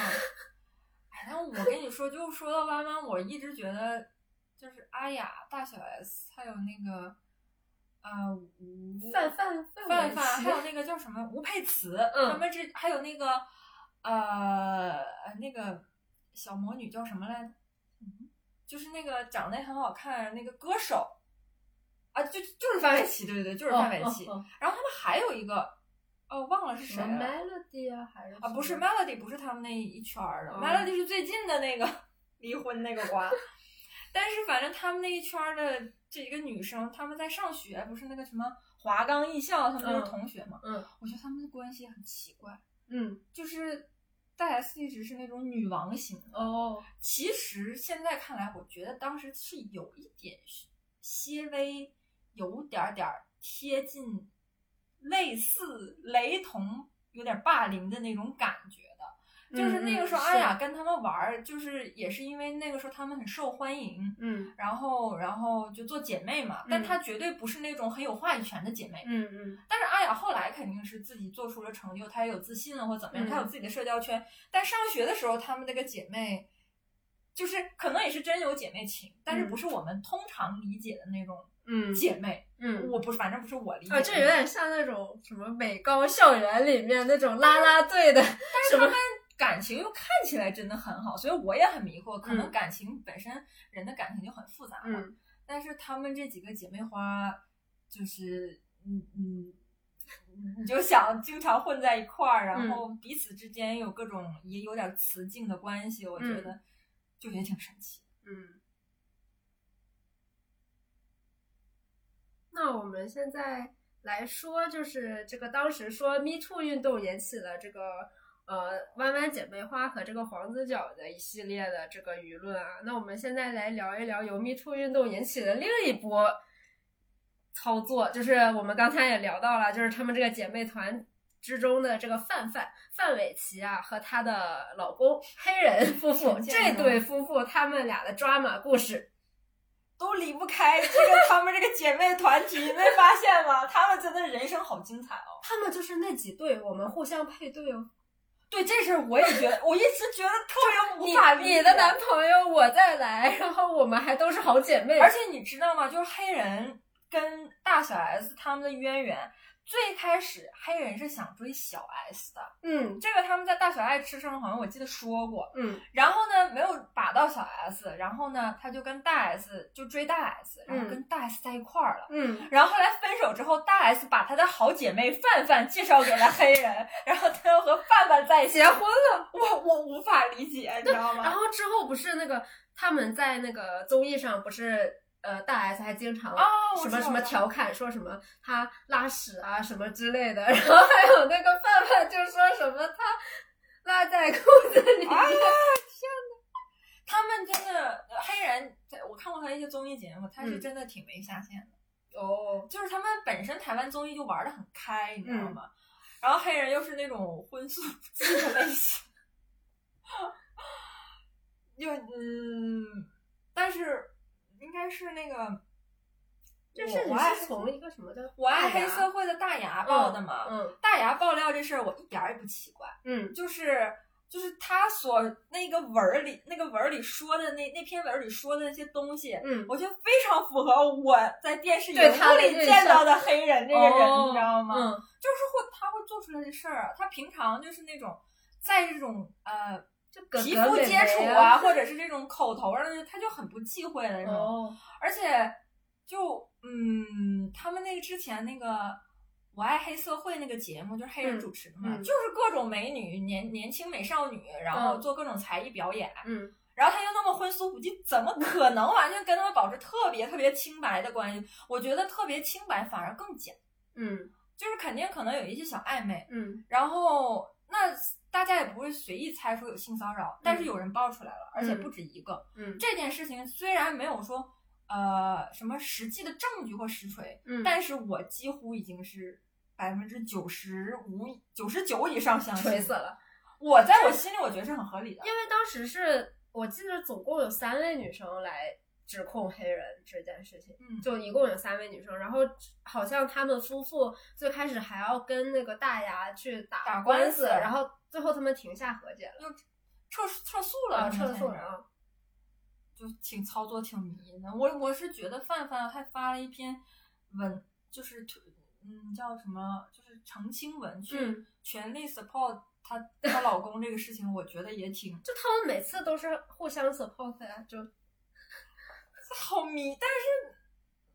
Speaker 4: 哎，但我跟你说，就说到弯弯，我一直觉得就是阿雅、大小 S，还有那个啊吴
Speaker 3: 范范
Speaker 4: 范
Speaker 3: 嗯范
Speaker 4: 范，还有
Speaker 3: 玮琪，
Speaker 4: 那个叫什么吴佩慈，
Speaker 3: 嗯
Speaker 4: 他们这还有那个呃那个小魔女叫什么来着？嗯就是那个长得也很好看那个歌手啊，就就是范玮琪，对对对，就是范玮琪。
Speaker 3: 哦哦
Speaker 4: 然后他们还有一个，哦，忘了是
Speaker 3: 什
Speaker 4: 谁
Speaker 3: 么
Speaker 4: 了。
Speaker 3: Melody 啊，还是
Speaker 4: 啊，不是
Speaker 3: 什么
Speaker 4: Melody，不是他们那一圈儿的、
Speaker 3: 哦
Speaker 4: m e l o d y 是最近的那个 离婚那个瓜。 但是反正他们那一圈儿的这一个女生，她们在上学，不是那个什么华冈艺校，她们都是
Speaker 3: 嗯
Speaker 4: 同学嘛。
Speaker 3: 嗯，
Speaker 4: 我觉得她们的关系很奇怪，
Speaker 3: 嗯
Speaker 4: 就是大 S 一直是那种女王型的。
Speaker 3: 哦，
Speaker 4: 其实现在看来，我觉得当时是有一点些微有点儿点儿贴近、类似、雷同，有点霸凌的那种感觉的。就是那个时候，
Speaker 3: 嗯嗯
Speaker 4: 阿雅跟他们玩儿，就是也是因为那个时候他们很受欢迎，
Speaker 3: 嗯
Speaker 4: 然后然后就做姐妹嘛。但她绝对不是那种很有话语权的姐妹。
Speaker 3: 嗯嗯
Speaker 4: 但是阿雅后来肯定是自己做出了成就，她也有自信啊了或怎么样，
Speaker 3: 嗯
Speaker 4: 她有自己的社交圈。但上学的时候，她们那个姐妹，就是可能也是真有姐妹情，但是
Speaker 3: 嗯
Speaker 4: 不是我们通常理解的那种
Speaker 3: 嗯
Speaker 4: 姐妹。
Speaker 3: 嗯。
Speaker 4: 我不是，反正不是我理解的
Speaker 3: 啊，
Speaker 4: 那
Speaker 3: 这
Speaker 4: 种。
Speaker 3: 有点像那种什么美高校园里面那种啦啦队的，什么
Speaker 4: 感情又看起来真的很好，所以我也很迷惑。可能
Speaker 3: 嗯
Speaker 4: 感情本身人的感情就很复杂嘛，
Speaker 3: 嗯，
Speaker 4: 但是她们这几个姐妹花，就是嗯嗯。你就想经常混在一块儿，然后彼此之间有各种也有点雌竞的关系，我觉得就也挺神奇。
Speaker 3: 嗯，那我们现在来说，就是这个当时说 Me Too 运动引起了这个呃弯弯姐妹花和这个黄子佼的一系列的这个舆论啊。那我们现在来聊一聊由 Me Too 运动引起的另一波操作，就是我们刚才也聊到了，就是他们这个姐妹团之中的这个范范范玮琪啊和她的老公黑 人夫妇
Speaker 6: 陈建
Speaker 3: 这
Speaker 6: 仁
Speaker 3: 对夫妇他们俩的 drama 故事。
Speaker 4: 都离不开这个他们这个姐妹团体，你没发现吗？他们真的人生好精彩哦。
Speaker 3: 他们就是那几对，我们互相配对哦。
Speaker 4: 对这事儿，我也觉得，我一直觉得特别
Speaker 3: 你
Speaker 4: 无法理解。
Speaker 3: 你的男朋友我再来，然后我们还都是好姐妹。
Speaker 4: 而且你知道吗？就是黑人跟大小 S 他们的渊源，最开始黑人是想追小 S 的，
Speaker 3: 嗯
Speaker 4: 这个他们在大小爱吃上好像我记得说过。
Speaker 3: 嗯
Speaker 4: 然后呢，没有把到小 S，然后呢，他就跟大 S 就追大 S，然后跟大 S 在一块儿了。
Speaker 3: 嗯，
Speaker 4: 然后后来分手之后，大 S 把她的好姐妹范范介绍给了黑人，然后她又和范范在一起
Speaker 3: 结婚了。
Speaker 4: 我我无法理解，你知道
Speaker 3: 然
Speaker 4: 吗？
Speaker 3: 后之后不是那个他们在那个综艺上不是呃大 S 还经常
Speaker 4: 哦我
Speaker 3: 什
Speaker 4: 知
Speaker 3: 么
Speaker 4: 道
Speaker 3: 什么
Speaker 4: 了
Speaker 3: 调侃说什么他拉屎啊什么之类的， 然后还有那个范范就说什么他拉在裤子里面，
Speaker 4: 啊他们真的呃黑人，我看过他一些综艺节目，他是
Speaker 3: 嗯
Speaker 4: 真的挺没下限的。
Speaker 3: 哦，
Speaker 4: 就是他们本身台湾综艺就玩的很开，你知道
Speaker 3: 嗯
Speaker 4: 吗？然后黑人又是那种荤素不忌的类型， 就嗯，但是应该是那个
Speaker 3: 这事
Speaker 4: 我
Speaker 3: 情
Speaker 4: 我爱
Speaker 3: 是从一个什么的
Speaker 4: 我爱
Speaker 3: 大
Speaker 4: 黑
Speaker 3: 牙
Speaker 4: 社会的大牙爆的嘛。
Speaker 3: 嗯
Speaker 4: 大牙爆料这事儿我一点儿也不奇怪，
Speaker 3: 嗯
Speaker 4: 就是就是他所那个文儿里那个文儿里说的那那篇文儿里说的那些东西，
Speaker 3: 嗯，
Speaker 4: 我觉得非常符合我在电视荧
Speaker 3: 对他
Speaker 4: 幕
Speaker 3: 的印
Speaker 4: 里见
Speaker 3: 象
Speaker 4: 到的黑人这个人，
Speaker 3: 哦
Speaker 4: 你知道吗？
Speaker 3: 嗯
Speaker 4: 就是会他会做出来的事儿啊，他平常就是那种在这种呃
Speaker 3: 就格
Speaker 4: 皮
Speaker 3: 格
Speaker 4: 肤
Speaker 3: 美
Speaker 4: 接
Speaker 3: 美
Speaker 4: 触
Speaker 3: 啊
Speaker 4: 啊，或者是这种口头上的，他就很不忌讳的那种。
Speaker 3: 哦
Speaker 4: 而且就嗯，他们那个之前那个。我爱黑社会那个节目就是黑人
Speaker 3: 嗯
Speaker 4: 主持的嘛，
Speaker 3: 嗯
Speaker 4: 就是各种美女年年轻美少女，然后
Speaker 3: 嗯
Speaker 4: 做各种才艺表演，
Speaker 3: 嗯
Speaker 4: 然后他又那么荤素不忌，怎么可能完全跟他们保持特别特别清白的关系？我觉得特别清白反而更假，
Speaker 3: 嗯
Speaker 4: 就是肯定可能有一些小暧昧，
Speaker 3: 嗯
Speaker 4: 然后那大家也不会随意猜出有性骚扰，但是有人爆出来了，而且不止一个。
Speaker 3: 嗯
Speaker 4: 这件事情虽然没有说呃什么实际的证据或实锤，
Speaker 3: 嗯，
Speaker 4: 但是我几乎已经是百分之九十五、九十九以上相信
Speaker 3: 锤死。了。
Speaker 4: 我在我心里我觉得是很合理的
Speaker 3: 因。为当时是我记得总共有三位女生来指控黑人这件事情，
Speaker 4: 嗯
Speaker 3: 就一共有三位女生，然后好像他们夫妇最开始还要跟那个大牙去打
Speaker 4: 打
Speaker 3: 官
Speaker 4: 官
Speaker 3: 司，
Speaker 4: 司
Speaker 3: 然后最后他们停下和解了，
Speaker 4: 撤撤诉
Speaker 3: 啊，
Speaker 4: 了，
Speaker 3: 撤诉了
Speaker 4: 了，
Speaker 3: 啊，
Speaker 4: 就挺操作挺迷的。我我是觉得范范还发了一篇文，就是推嗯叫什么，就是澄清文去
Speaker 3: 嗯，
Speaker 4: 全力 support 她她老公这个事情，我觉得也挺
Speaker 3: 就他们每次都是互相 support 呀、就
Speaker 4: 好迷，但是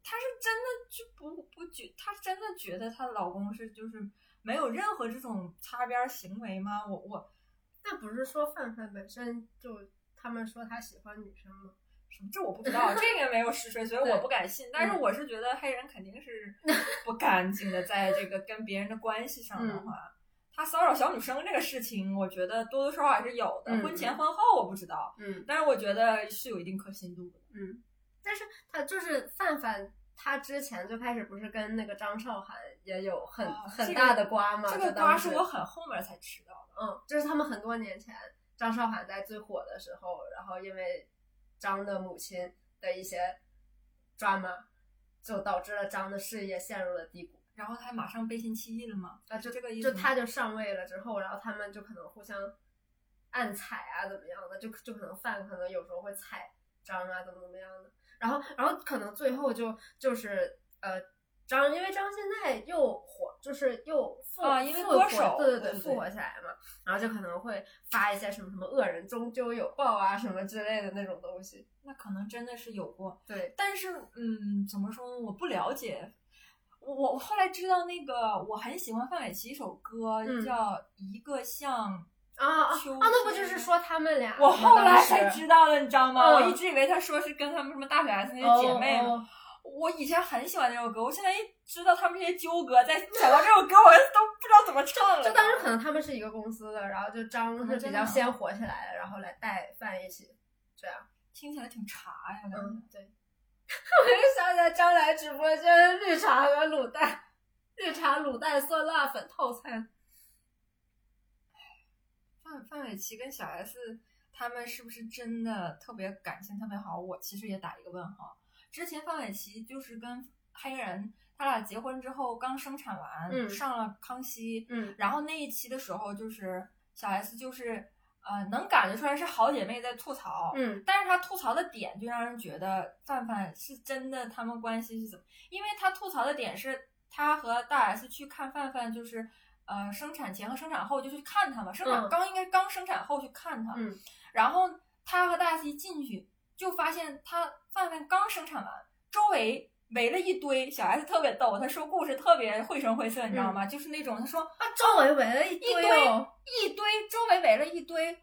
Speaker 4: 她是真的就不不觉，她真的觉得她老公是就是没有任何这种擦边儿行为吗？我我
Speaker 3: 那不是说范范本身就他们说他喜欢女生吗？
Speaker 4: 什么这我不知道，这个没有实锤，所以我
Speaker 3: 对
Speaker 4: 不敢信。但是
Speaker 3: 嗯
Speaker 4: 我是觉得黑人肯定是不干净的，在这个跟别人的关系上
Speaker 3: 嗯
Speaker 4: 的话，他骚扰小女生这个事情，我觉得多多少少还是有的。
Speaker 3: 嗯
Speaker 4: 婚前婚后我不知道，
Speaker 3: 嗯
Speaker 4: 但是我觉得是有一定可信度的。
Speaker 3: 嗯，但是他就是范范。他之前最开始不是跟那个张韶涵也有很、
Speaker 4: 啊
Speaker 3: 很
Speaker 4: 这
Speaker 3: 大
Speaker 4: 个
Speaker 3: 的瓜吗？
Speaker 4: 这
Speaker 3: 就
Speaker 4: 个
Speaker 3: 当
Speaker 4: 瓜是
Speaker 3: 时
Speaker 4: 我很后面才知道的。
Speaker 3: 嗯，这是他们很多年前张韶涵在最火的时候，然后因为张的母亲的一些 drama，就导致了张的事业陷入了低谷。
Speaker 4: 然后他马上背信弃义了吗？
Speaker 3: 啊，就
Speaker 4: 这个意
Speaker 3: 就
Speaker 4: 思吗
Speaker 3: 他就上位了之后，然后他们就可能互相暗踩啊，怎么样的，就就可能范可能有时候会踩张啊，怎么怎么样的，然后然后可能最后就就是呃张，因为张现在又火，就是又复、
Speaker 4: 啊因为
Speaker 3: 复
Speaker 4: 歌
Speaker 3: 活
Speaker 4: 手
Speaker 3: 对
Speaker 4: 对
Speaker 3: 对，
Speaker 4: 对
Speaker 3: 复活起来嘛，然后就可能会发一些什么什么恶人终究有报啊什么之类的那种东西，
Speaker 4: 那可能真的是有过。
Speaker 3: 对，
Speaker 4: 但是，嗯，怎么说呢？我不了解。我我后来知道那个，我很喜欢范玮琪一首歌，
Speaker 3: 嗯
Speaker 4: 叫《一个像
Speaker 3: 啊啊啊，
Speaker 4: 秋天
Speaker 3: 那不就是说他们俩吗？
Speaker 4: 我后来
Speaker 3: 当时
Speaker 4: 才知道的，你知道吗？
Speaker 3: 嗯
Speaker 4: 我一直以为他说是跟他们什么大小 S 那些姐妹
Speaker 3: 哦
Speaker 4: 嘛。
Speaker 3: 哦
Speaker 4: 我以前很喜欢那首歌，我现在一知道他们这些纠葛，再想到这首歌，我都不知道怎么唱 了。
Speaker 3: 就当时可能他们是一个公司哦的，然啊后就张是比
Speaker 4: 真
Speaker 3: 较
Speaker 4: 的
Speaker 3: 先火起来的，然后来带范一起这样。
Speaker 4: 听起来挺茶呀，感觉
Speaker 3: 嗯，对。我就想起来张来直播间绿茶和卤蛋，绿茶卤蛋酸辣粉套餐。
Speaker 4: 范玮琪跟小 S 他们是不是真的特别感情特别好？我其实也打一个问号。之前范玮琪就是跟黑人，他俩结婚之后刚生产完，
Speaker 3: 嗯
Speaker 4: 上了康熙，
Speaker 3: 嗯
Speaker 4: 然后那一期的时候，就是小 S 就是呃能感觉出来是好姐妹在吐槽，
Speaker 3: 嗯
Speaker 4: 但是她吐槽的点就让人觉得范范是真的，他们关系是怎么？因为她吐槽的点是她和大 S 去看范范，就是呃生产前和生产后就去看他嘛，生产
Speaker 3: 嗯
Speaker 4: 刚应该刚生产后去看他，
Speaker 3: 嗯
Speaker 4: 然后她和大 S 一进去就发现她范范刚生产完，周围。围了一堆小 S 特别逗，她说故事特别绘声绘色，你知道吗？就是那种她说
Speaker 3: 嗯啊，周围围了一
Speaker 4: 一
Speaker 3: 堆
Speaker 4: 堆
Speaker 3: 哦，
Speaker 4: 一堆，周围围了一堆，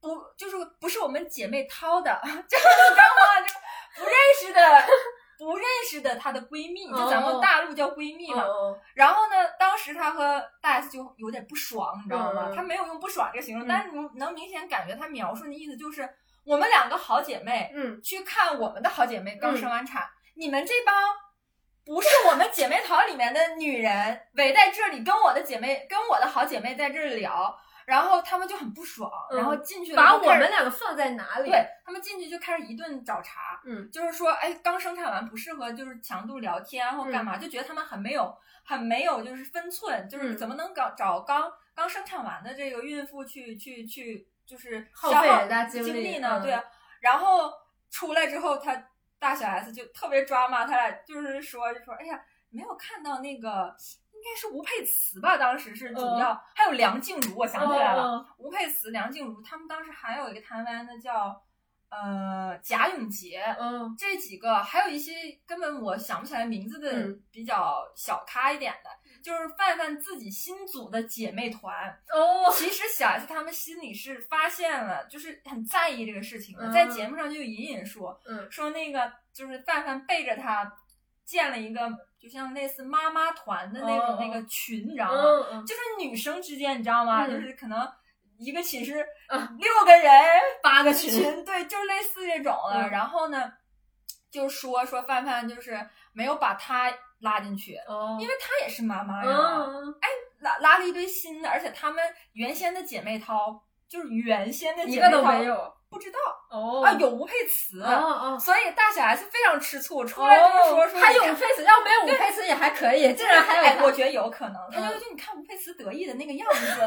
Speaker 4: 不就是不是我们姐妹掏的， 就是你知道吗？就不认识的，不认识的她的闺蜜，就咱们大陆叫闺蜜嘛。
Speaker 3: 哦
Speaker 4: 然后呢，当时她和大 S 就有点不爽，你知道吗
Speaker 3: 嗯？
Speaker 4: 她没有用不爽这个形容，
Speaker 3: 嗯
Speaker 4: 但是你能明显感觉她描述的意思就是我们两个好姐妹
Speaker 3: 嗯
Speaker 4: 去看我们的好姐妹刚生完产，你们这帮。不是我们姐妹淘里面的女人围在这里，跟我的姐妹，跟我的好姐妹在这里聊，然后她们就很不爽，
Speaker 3: 嗯
Speaker 4: 然后进去了
Speaker 3: 把
Speaker 4: 就
Speaker 3: 我
Speaker 4: 开始
Speaker 3: 们两个放在哪里？啊
Speaker 4: 对他们进去就开始一顿找茬，
Speaker 3: 嗯，
Speaker 4: 就是说，哎，刚生产完不适合就是强度聊天啊或
Speaker 3: 嗯
Speaker 4: 干嘛，就觉得他们很没有很没有就是分寸，就是
Speaker 3: 嗯
Speaker 4: 怎么能搞找刚刚生产完的这个孕妇去去去就是
Speaker 3: 耗
Speaker 4: 消
Speaker 3: 费
Speaker 4: 耗
Speaker 3: 人家精
Speaker 4: 精
Speaker 3: 力
Speaker 4: 呢？
Speaker 3: 嗯
Speaker 4: 对啊，然后出来之后，他大小 S 就特别抓嘛，他俩就是说就说，哎呀，没有看到那个。应该是吴佩慈吧，当时是主要，
Speaker 3: 嗯
Speaker 4: 还有梁静茹，我想起来了，
Speaker 3: 哦
Speaker 4: 吴佩慈、梁静茹，他们当时还有一个台湾的叫呃贾永杰，
Speaker 3: 哦
Speaker 4: 这几个还有一些根本我想不起来名字的
Speaker 3: 嗯
Speaker 4: 比较小咖一点的，就是范范自己新组的姐妹团。
Speaker 3: 哦，
Speaker 4: 其实小 S 他们心里是发现了，就是很在意这个事情的，
Speaker 3: 嗯
Speaker 4: 在节目上就隐隐说
Speaker 3: 嗯
Speaker 4: 说那个就是范范背着他建了一个就像类似妈妈团的那种、
Speaker 3: 哦
Speaker 4: 那个群，你知道吗？
Speaker 3: 嗯嗯，
Speaker 4: 就是女生之间，你知道吗？
Speaker 3: 嗯
Speaker 4: 就是可能一个寝室
Speaker 3: 啊
Speaker 4: 六个人，
Speaker 3: 八个
Speaker 4: 群
Speaker 3: 群，
Speaker 4: 对，就类似这种了。
Speaker 3: 嗯
Speaker 4: 然后呢，就说说范范就是没有把她拉进去，
Speaker 3: 哦
Speaker 4: 因为她也是妈妈呀，
Speaker 3: 嗯，
Speaker 4: 拉拉了一堆新的，而且她们原先的姐妹淘就是原先的
Speaker 3: 一
Speaker 4: 姐
Speaker 3: 个
Speaker 4: 妹
Speaker 3: 都
Speaker 4: 淘
Speaker 3: 没有
Speaker 4: 不知道、
Speaker 3: 哦
Speaker 4: 啊，有吴佩慈。
Speaker 3: 哦哦。
Speaker 4: 所以大小 S 非常吃醋，出来就是说说
Speaker 3: 还
Speaker 4: 你
Speaker 3: 有
Speaker 4: 看
Speaker 3: 吴佩慈，要没有吴佩慈也还可以，竟然还有
Speaker 4: 哎，
Speaker 3: 他
Speaker 4: 我觉得有可能，他就
Speaker 3: 嗯
Speaker 4: 就你看吴佩慈得意的那个样子，就是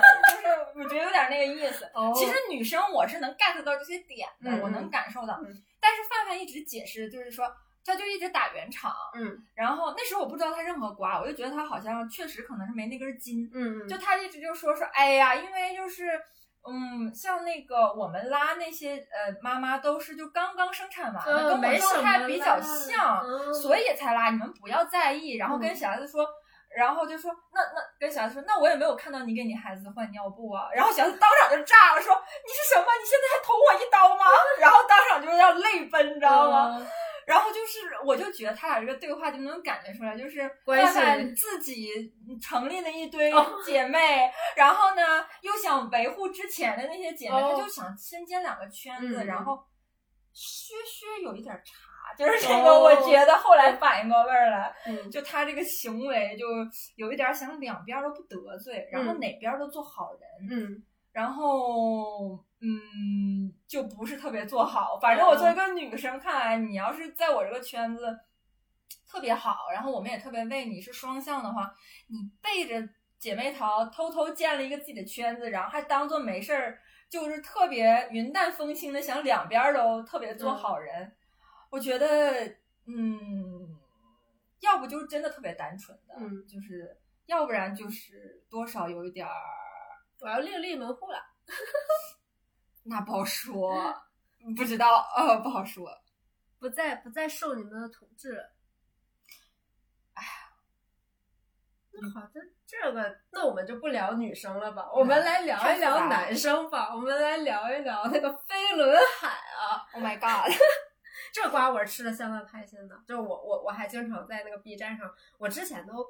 Speaker 4: 我觉得有点那个意思。
Speaker 3: 哦
Speaker 4: 其实女生我是能 get 到这些点的，
Speaker 3: 嗯
Speaker 4: 我能感受到。
Speaker 3: 嗯
Speaker 4: 但是范范一直解释，就是说他就一直打圆场。
Speaker 3: 嗯，
Speaker 4: 然后那时候我不知道他任何瓜，我就觉得他好像确实可能是没那根筋。
Speaker 3: 嗯，
Speaker 4: 就他一直就说说，哎呀，因为就是。嗯，像那个我们拉那些呃妈妈都是就刚刚生产完的，
Speaker 3: 嗯
Speaker 4: 跟
Speaker 3: 没
Speaker 4: 我
Speaker 3: 什
Speaker 4: 状
Speaker 3: 么
Speaker 4: 态比较
Speaker 3: 啦
Speaker 4: 像，
Speaker 3: 嗯
Speaker 4: 所以才拉，你们不要在意。然后跟
Speaker 3: 嗯
Speaker 4: 小 S 说，然后就说那那跟小 S 说，那我也没有看到你给你孩子换尿布啊。然后小 S 当场就炸了，说你是什么？你现在还捅我一刀 吗？然后当场就是要泪奔，你知道吗？
Speaker 3: 嗯
Speaker 4: 然后就是，我就觉得他俩这个对话就能感觉出来，就是
Speaker 3: 关系哦
Speaker 4: 范范自己成立了一堆姐妹， 然后呢又想维护之前的那些姐妹，
Speaker 3: 哦
Speaker 4: 他就想身兼两个圈子，
Speaker 3: 嗯
Speaker 4: 然后削削有一点差，就是这个，
Speaker 3: 哦
Speaker 4: 我觉得后来反应过味儿来，
Speaker 3: 嗯
Speaker 4: 就他这个行为就有一点想两边儿都不得罪，然后
Speaker 3: 嗯
Speaker 4: 哪边儿都做好人，
Speaker 3: 嗯
Speaker 4: 然后，嗯，就不是特别做好。反正我作为一个女生看来，你要是在我这个圈子特别好，然后我们也特别为你是双向的话，你背着姐妹淘偷偷建了一个自己的圈子，然后还当做没事儿，就是特别云淡风轻的想两边儿都特别做好人，我觉得，嗯，要不就是真的特别单纯的，
Speaker 3: 嗯
Speaker 4: 就是要不然就是多少有一点儿。
Speaker 3: 我要另立门户了。
Speaker 4: 那不好说，不知道，呃，不好说。
Speaker 3: 不再不再受你们的统治了。哎呀，那好像这个，那我们就不聊女生了
Speaker 4: 嗯
Speaker 3: 吧，我们来聊一聊男生吧，我们来聊一聊那个飞轮海啊，
Speaker 4: Oh my god！
Speaker 3: 这瓜我是吃的相当开心的，就我我我还经常在那个 B 站上，我之前都，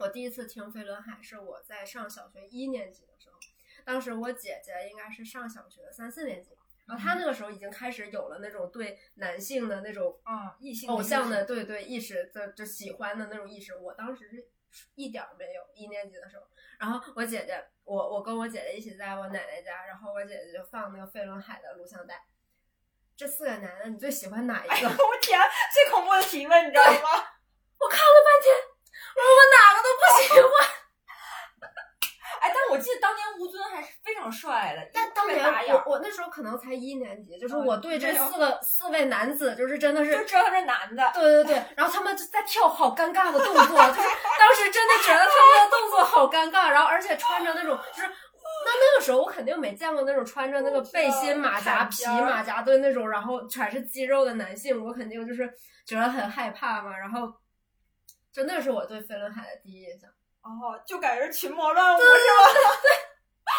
Speaker 3: 我第一次听飞轮海是我在上小学一年级的时候，当时我姐姐应该是上小学三四年级。然后她那个时候已经开始有了那种对男性的那种
Speaker 4: 啊，异性
Speaker 3: 偶像的，对对意识的就喜欢的那种意识，我当时是一点儿没有，一年级的时候。然后我姐姐我我跟我姐姐一起在我奶奶家，然后我姐姐就放那个飞轮海的录像带。这四个男的，你最喜欢哪一个？
Speaker 4: 我天，最恐怖的提问，你知道吗？
Speaker 3: 我看了半天，我说我哪个都不喜欢。
Speaker 4: 哎，但我记得当年吴尊还是非常帅的，
Speaker 3: 但当
Speaker 4: 特别
Speaker 3: 年
Speaker 4: 打眼儿
Speaker 3: 我我那时候可能才一年级，就是
Speaker 4: 嗯
Speaker 3: 我对这
Speaker 4: 没有
Speaker 3: 四个四位男子，就是真的是
Speaker 4: 就知道他是男的。
Speaker 3: 对对对，然后他们就在跳好尴尬的动作，就是当时真的觉得他们的动作好尴尬，然后而且穿着那种就是。那那个时候我肯定没见过那种穿着那个背心、马甲、皮马甲的那种，然后全是肌肉的男性，我肯定就是觉得很害怕嘛。然后，就那是我对飞轮海的第一印象。
Speaker 4: 哦，就感觉是群魔乱舞是吗？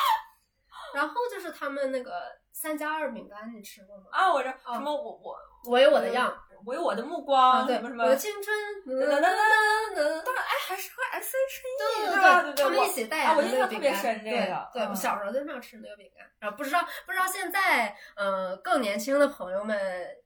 Speaker 3: 然后就是他们那个三加二饼干，你吃过吗？
Speaker 4: 啊，我这
Speaker 3: 哦
Speaker 4: 什么我我
Speaker 3: 我有我的样，
Speaker 4: 我有我的目
Speaker 3: 啊，
Speaker 4: 光，
Speaker 3: 对，
Speaker 4: 嗯什么什么
Speaker 3: 我，的青春，噔噔噔噔噔。
Speaker 4: 当然哎还是和 S H
Speaker 3: 对
Speaker 4: E
Speaker 3: 对
Speaker 4: 吧？
Speaker 3: 对，
Speaker 4: 对
Speaker 3: 他
Speaker 4: 对，
Speaker 3: 们
Speaker 4: 我
Speaker 3: 一起代
Speaker 4: 啊
Speaker 3: 言
Speaker 4: 我
Speaker 3: 的
Speaker 4: 印
Speaker 3: 那个
Speaker 4: 象
Speaker 3: 饼干。
Speaker 4: 特别深这个，
Speaker 3: 对，对，我
Speaker 4: 嗯
Speaker 3: 小时候就想吃那个饼干，然后不知道不知道现在呃更年轻的朋友们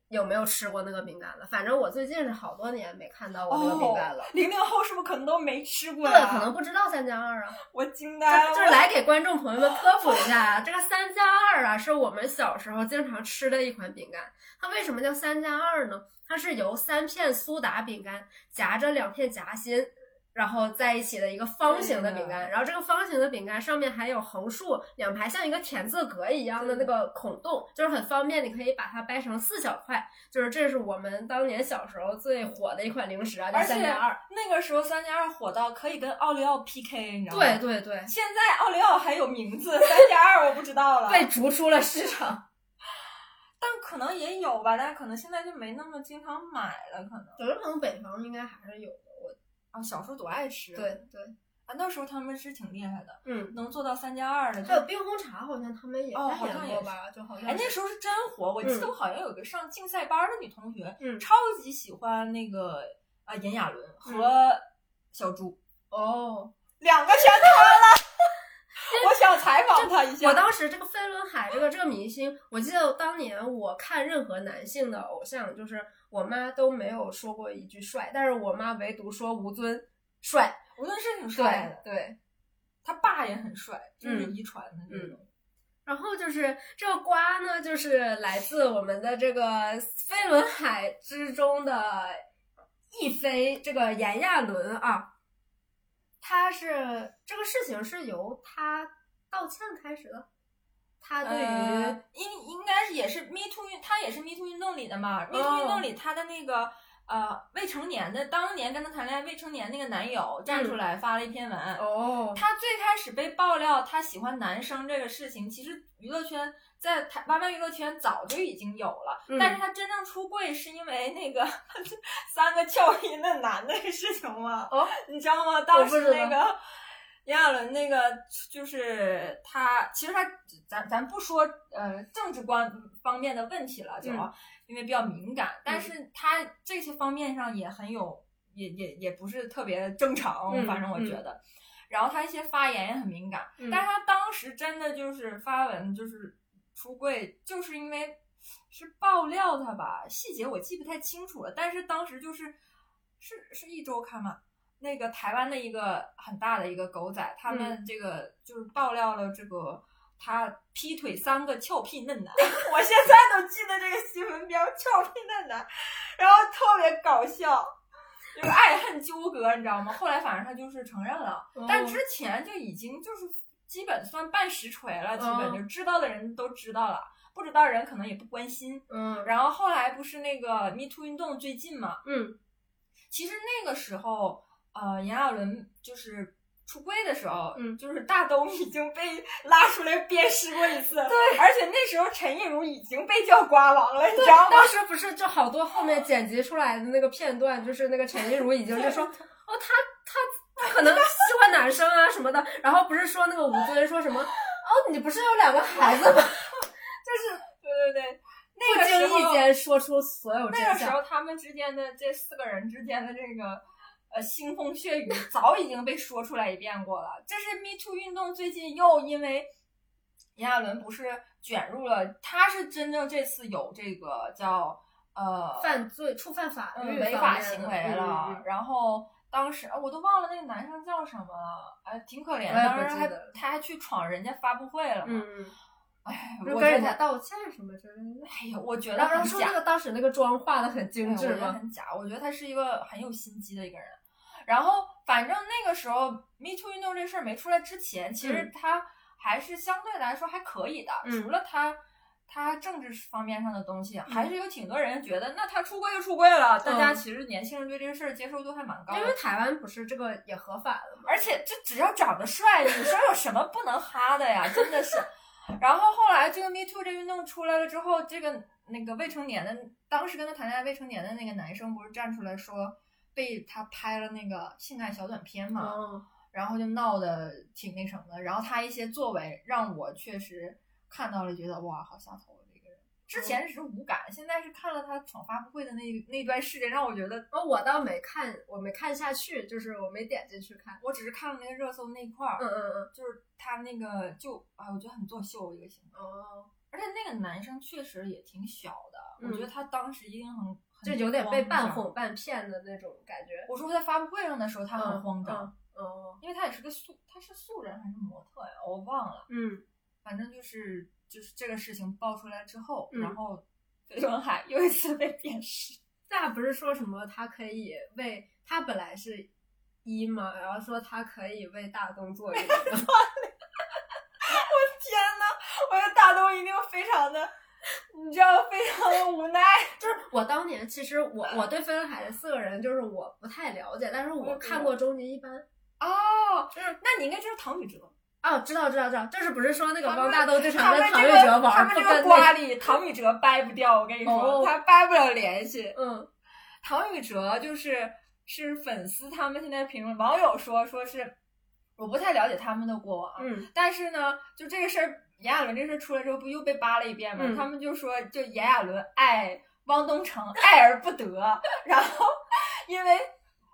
Speaker 3: 有没有吃过那个饼干了？反正我最近是好多年没看到过那个饼干了
Speaker 4: 哦。，零零后是不是可能都没吃过
Speaker 3: 对，
Speaker 4: 呀？
Speaker 3: 可能不知道三加二啊，
Speaker 4: 我惊呆
Speaker 3: 就
Speaker 4: 了，
Speaker 3: 就是来给观众朋友们科普一下啊，这个三加二啊，是我们小时候经常吃的一款饼干。它为什么叫三加二呢？它是由三片苏打饼干夹着两片夹心，然后在一起的一个方形的饼
Speaker 4: 对
Speaker 3: 干。然后这个方形的饼干上面还有横竖两排像一个田字格一样的那个孔洞，就是很方便，你可以把它掰成四小块。就是这是我们当年小时候最火的一款零食啊，叫
Speaker 4: 而且
Speaker 3: 三加二。
Speaker 4: 那个时候三加二火到可以跟奥利奥 PK，你知道吗？
Speaker 3: 对。对对，
Speaker 4: 现在奥利奥还有名字，三加二我不知 道了。
Speaker 3: 被，逐出了市场。
Speaker 4: 但可能也有吧，但可能现在就没那么经常买了，可能。
Speaker 3: 有的可能北方应该还是有的，我
Speaker 4: 啊，小时候多爱吃。
Speaker 3: 对对，
Speaker 4: 啊，那时候他们是挺厉害的，
Speaker 3: 嗯，
Speaker 4: 能做到三加二的。就
Speaker 3: 还有冰红茶，好像他们也
Speaker 4: 哦
Speaker 3: 代
Speaker 4: 好
Speaker 3: 言
Speaker 4: 像
Speaker 3: 过
Speaker 4: 也
Speaker 3: 吧，就好像
Speaker 4: 哎，那时候是真火！我记得
Speaker 3: 嗯
Speaker 4: 我好像有个上竞赛班的女同学，
Speaker 3: 嗯
Speaker 4: 超级喜欢那个啊炎亚纶和小猪，
Speaker 3: 哦，
Speaker 4: 两个全他 了。我想采访他一下。
Speaker 3: 我当时这个飞轮海这个这个明星，我记得当年我看任何男性的偶像，就是我妈都没有说过一句帅，但是我妈唯独说吴尊帅，
Speaker 4: 无论是挺帅
Speaker 3: 对
Speaker 4: 的，
Speaker 3: 对。
Speaker 4: 他爸也很帅，就是
Speaker 3: 嗯
Speaker 4: 遗传的那种。
Speaker 3: 然后就是这个瓜呢，就是来自我们的这个飞轮海之中的一飞，这个炎亚纶啊，他是这个事情是由他道歉开始的，他对于、
Speaker 4: 呃，应应该是也是 Me Too，运他也是 Me Too 运动里的嘛。Me
Speaker 3: 哦
Speaker 4: Too 运动里他的那个呃未成年的，当年跟他谈恋爱未成年那个男友站出来发了一篇文。
Speaker 3: 嗯哦，
Speaker 4: 他最开始被爆料他喜欢男生这个事情，其实娱乐圈在台湾湾娱乐圈早就已经有了，
Speaker 3: 嗯
Speaker 4: 但是他真正出柜是因为那个 三个翘音的男的事情嘛。
Speaker 3: 哦，
Speaker 4: 你知道吗？
Speaker 3: 我
Speaker 4: 当
Speaker 3: 不
Speaker 4: 时
Speaker 3: 知
Speaker 4: 那
Speaker 3: 道
Speaker 4: 个 炎亚纶那个就是他，其实他咱咱不说呃政治观方面的问题了，就、
Speaker 3: 嗯
Speaker 4: 因为比较敏感，但是他这些方面上也很有，也也也不是特别正常，
Speaker 3: 嗯
Speaker 4: 反正我觉得。然后他一些发言也很敏感，
Speaker 3: 嗯
Speaker 4: 但是他当时真的就是发文就是出柜，就是因为是爆料他吧，细节我记不太清楚了。但是当时就是是是一周刊嘛，那个台湾的一个很大的一个狗仔，他们这个就是爆料了这个。他劈腿三个俏皮嫩男， 我现在都记得这个新闻标“俏皮嫩男”，然后特别搞笑，就是爱恨纠葛，你知道吗？后来反正他就是承认了，但之前就已经就是基本算半实锤了，基
Speaker 3: 哦
Speaker 4: 本就知道的人都知道了，不知道人可能也不关心。
Speaker 3: 嗯
Speaker 4: 然后后来不是那个 Me Too 运动最近嘛，
Speaker 3: 嗯
Speaker 4: 其实那个时候，呃，炎亚纶就是。出柜的时候，
Speaker 3: 嗯
Speaker 4: 就是大东已经被拉出来鞭尸过一次，对，而且那时候陈亦儒已经被叫瓜王了，你知道吗？
Speaker 3: 当时不是就好多后面剪辑出来的那个片段，就是那个陈亦儒已经是说，哦，他他他可能喜欢男生啊什么的，然后不是说那个吴尊说什么，哦，你不是有两个孩子 吗？
Speaker 4: 对对对，那
Speaker 3: 不
Speaker 4: 个时
Speaker 3: 经意
Speaker 4: 候
Speaker 3: 间说出所有
Speaker 4: 那
Speaker 3: 真
Speaker 4: 个时
Speaker 3: 相。
Speaker 4: 候他们之间的这四个人之间的这个呃腥风血雨早已经被说出来一遍过了。这是 Me Too 运动最近又因为炎亚纶不是卷入了，他是真正这次有这个叫呃
Speaker 3: 犯罪触犯法
Speaker 4: 嗯
Speaker 3: 律
Speaker 4: 违
Speaker 3: 方
Speaker 4: 法
Speaker 3: 面的
Speaker 4: 行为
Speaker 3: 嗯
Speaker 4: 了，
Speaker 3: 嗯嗯
Speaker 4: 然后当时啊，我都忘了那个男生叫什么了，哎，挺可怜。
Speaker 3: 我也不
Speaker 4: 当时
Speaker 3: 记
Speaker 4: 还
Speaker 3: 得了
Speaker 4: 他还去闯人家发布会了嘛，
Speaker 3: 嗯嗯，
Speaker 4: 哎，
Speaker 3: 不是
Speaker 4: 我
Speaker 3: 跟
Speaker 4: 觉
Speaker 3: 人家
Speaker 4: 得，
Speaker 3: 道歉什么之类的。
Speaker 4: 哎呀，我觉得
Speaker 3: 然
Speaker 4: 很
Speaker 3: 后说
Speaker 4: 假
Speaker 3: 那，个当时那个妆化的很
Speaker 4: 哎
Speaker 3: 精
Speaker 4: 我
Speaker 3: 致
Speaker 4: 觉得
Speaker 3: 吗？
Speaker 4: 很假，我觉得他是一个很有心机的一个人。然后，反正那个时候 Me Too 运动这事儿没出来之前，其实他还是相对来说还可以的，
Speaker 3: 嗯
Speaker 4: 除了他。他政治方面上的东西，还是有挺多人觉得，那他出柜就出柜了。大家
Speaker 3: 嗯
Speaker 4: 其实年轻人对这个事儿接受度还蛮高的，
Speaker 3: 因为台湾不是这个也合法了吗？
Speaker 4: 而且这只要长得帅，女生有什么不能哈的呀？真的是。然后后来这个 Me Too 这运动出来了之后，这个那个未成年的，当时跟他谈恋爱未成年的那个男生不是站出来说被他拍了那个性爱小短片嘛，
Speaker 3: 嗯，
Speaker 4: 然后就闹得挺那什么的。然后他一些作为让我确实看到了，觉得哇，好下头的一个人。之前只是无感，现在是看了他闯发布会的那那段事件，让我觉得
Speaker 3: 哦，我倒没看，我没看下去，就是我没点进去看。
Speaker 4: 我只是看了那个热搜那一块儿，
Speaker 3: 嗯嗯嗯，
Speaker 4: 就是他那个就啊，我觉得很作秀这个行为，
Speaker 3: 哦，
Speaker 4: 而且那个男生确实也挺小的，
Speaker 3: 嗯
Speaker 4: 我觉得他当时一定很
Speaker 3: 就有点被半。
Speaker 4: 很慌张
Speaker 3: 哄半骗的那种感觉。
Speaker 4: 我说在发布会上的时候，他很慌张，
Speaker 3: 嗯哦，
Speaker 4: 因为他也是个素，他是素人还是模特呀？我忘了，
Speaker 3: 嗯，
Speaker 4: 反正就是就是这个事情爆出来之后，
Speaker 3: 嗯
Speaker 4: 然后飞轮海又一次被贬视。
Speaker 3: 那不是说什么他可以为他本来是一嘛，然后说他可以为大东做一个 嘛
Speaker 4: 天呐，我觉得大东一定非常的，你知道，非常的无奈。
Speaker 3: 就是我当年其实我我对飞轮海的四个人就是我不太了解，但是我看过终极一班。
Speaker 4: 哦，那你应该知道唐禹哲。
Speaker 3: 哦，知道知道知道，就是不是说那个
Speaker 4: 他们
Speaker 3: 汪大东经
Speaker 4: 他
Speaker 3: 常
Speaker 4: 们
Speaker 3: 跟唐禹
Speaker 4: 这个
Speaker 3: 哲玩
Speaker 4: 他
Speaker 3: 儿，
Speaker 4: 们
Speaker 3: 不
Speaker 4: 这个
Speaker 3: 跟
Speaker 4: 瓜
Speaker 3: 那
Speaker 4: 里，唐禹哲掰不掉。我跟你说，
Speaker 3: 哦
Speaker 4: 他掰不了联系。
Speaker 3: 嗯
Speaker 4: 唐禹哲就是是粉丝，他们现在评论网友说说是，我不太了解他们的过往，啊
Speaker 3: 嗯
Speaker 4: 但是呢，就这个事儿，炎亚纶这事儿出来之后，不又被扒了一遍吗？
Speaker 3: 嗯
Speaker 4: 他们就说，就炎亚纶爱汪东城，爱而不得， 然后因为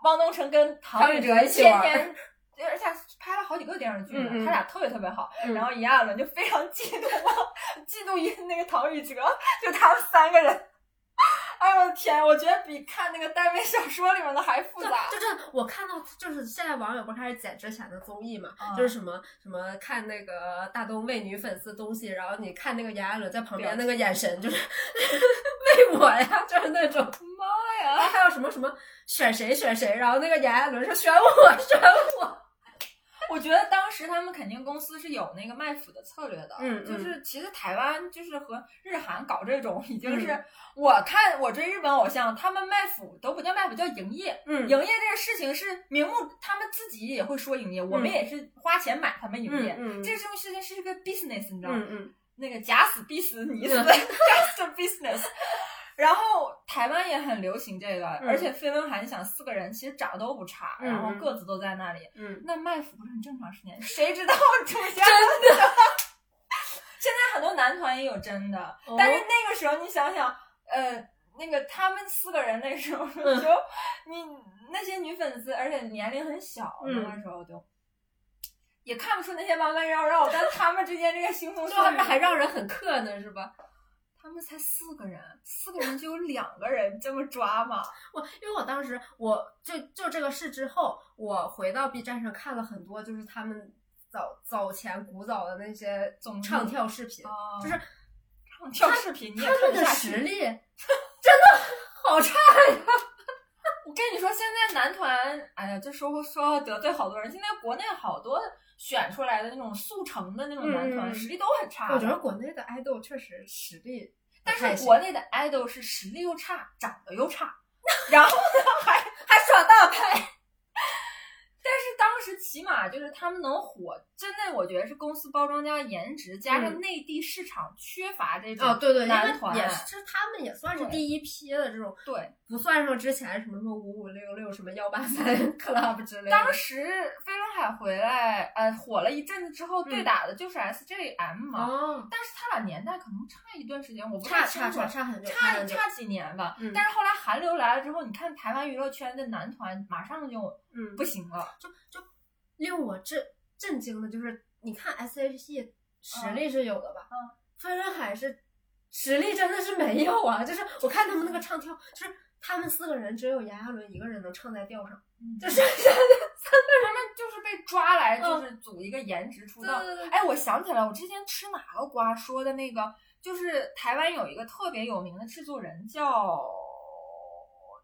Speaker 4: 汪东城跟唐禹哲
Speaker 3: 唐禹哲一起玩
Speaker 4: 天天。而且拍了好几个电视剧呢，
Speaker 3: 嗯嗯
Speaker 4: 他俩特别特别好。
Speaker 3: 嗯
Speaker 4: 然后炎亚纶就非常嫉妒 汪，嫉妒于那个唐禹哲，就他们三个人。 哎呦我的天！我觉得比看那个耽美小说里面的还复
Speaker 3: 就
Speaker 4: 杂。
Speaker 3: 就是我看到，就是现在网友不是开始剪之前的综艺嘛，
Speaker 4: 嗯
Speaker 3: 就是什么什么看那个大东喂女粉丝东西，然后你看那个炎亚纶在旁边
Speaker 4: 表
Speaker 3: 那个眼神，就是喂我呀，就是那种。
Speaker 4: 妈
Speaker 3: 然后
Speaker 4: 呀！
Speaker 3: 还有什么什么选谁选谁，然后那个炎亚纶说选我选我，
Speaker 4: 我觉得当时他们肯定公司是有那个卖腐的策略的，
Speaker 3: 嗯嗯
Speaker 4: 就是其实台湾就是和日韩搞这种已经是，
Speaker 3: 嗯
Speaker 4: 我看我追日本偶像，他们卖腐都不叫卖腐，叫营业。
Speaker 3: 嗯
Speaker 4: 营业这个事情是明目，他们自己也会说营业，我们
Speaker 3: 嗯
Speaker 4: 也是花钱买他们营业。
Speaker 3: 嗯嗯
Speaker 4: 这种事情是一个 business，你知道吗？
Speaker 3: 嗯嗯
Speaker 4: 那个假死必死，你死
Speaker 3: 嗯
Speaker 4: just business。然后台湾也很流行这个，
Speaker 3: 嗯
Speaker 4: 而且飞轮海，你想四个人其实长得都不差，
Speaker 3: 嗯
Speaker 4: 然后
Speaker 3: 嗯
Speaker 4: 个子都在那里，
Speaker 3: 嗯，
Speaker 4: 那卖腐不是很正常事 情？谁知道出现真的？现在很多男团也有真的，
Speaker 3: 哦
Speaker 4: 但是那个时候你想想，呃，那个他们四个人那时候就、
Speaker 3: 嗯
Speaker 4: 你那些女粉丝，而且年龄很小，
Speaker 3: 嗯
Speaker 4: 那个时候就。也看不出那些弯弯绕绕，但他们之间这个惺忪
Speaker 3: 就
Speaker 4: 相惜
Speaker 3: 那还让人很克呢，是吧？
Speaker 4: 他们才四个人，四个人就有两个人这么抓嘛？
Speaker 3: 我因为我当时我就就这个事之后，我回到 B 站上看了很多，就是他们早早前古早的那些
Speaker 4: 综艺
Speaker 3: 唱跳视频，
Speaker 4: 哦
Speaker 3: 就是
Speaker 4: 跳视频你也
Speaker 3: 他
Speaker 4: 看
Speaker 3: 们
Speaker 4: 不
Speaker 3: 的
Speaker 4: 下
Speaker 3: 实
Speaker 4: 去。
Speaker 3: 力真的好差呀！
Speaker 4: 我跟你说，现在男团，哎呀，这说说得罪好多人。现在国内好多选出来的那种速成的那种男团，
Speaker 3: 嗯
Speaker 4: 实力都很差。
Speaker 3: 我觉得，国内的爱豆确实实力不
Speaker 4: 但
Speaker 3: 太行，
Speaker 4: 是国内的 idol 是实力又差，长得又差，然后呢还
Speaker 3: 还耍大牌，
Speaker 4: 但是当时起码就是他们能火，真的我觉得是公司包装加颜值，加上
Speaker 3: 嗯
Speaker 4: 内地市场缺乏这种
Speaker 3: 哦对对，因
Speaker 4: 男团
Speaker 3: 为也是他们也算是
Speaker 4: 对
Speaker 3: 第一批的这种，
Speaker 4: 对。
Speaker 3: 不算上之前什么什么五五六六什么幺八三 club 之类的，
Speaker 4: 当时飞轮海回来，呃，火了一阵子之后，
Speaker 3: 嗯
Speaker 4: 对打的就是 SJM 嘛。
Speaker 3: 哦，
Speaker 4: 但是他俩年代可能差一段时间，我不
Speaker 3: 差
Speaker 4: 太清
Speaker 3: 差
Speaker 4: 楚
Speaker 3: 差差很久，
Speaker 4: 差
Speaker 3: 很久，
Speaker 4: 差几年吧。
Speaker 3: 嗯
Speaker 4: 但是后来韩流来了之后，你看台湾娱乐圈的男团马上就
Speaker 3: 嗯
Speaker 4: 不行 了。
Speaker 3: 就就令我震震惊的就是，你看 S.H.E 实力是有的吧？
Speaker 4: 嗯，
Speaker 3: 飞轮海是实力真的是没有啊！就是我看他们那个唱跳，就是他们四个人只有炎亚纶一个人能唱在调上，就
Speaker 4: 就是
Speaker 3: 是
Speaker 4: 他们就是被抓来，
Speaker 3: 嗯
Speaker 4: 就是组一个颜值出
Speaker 3: 对
Speaker 4: 道。
Speaker 3: 对对，
Speaker 4: 哎，我想起来，我之前吃哪个瓜说的那个，就是台湾有一个特别有名的制作人叫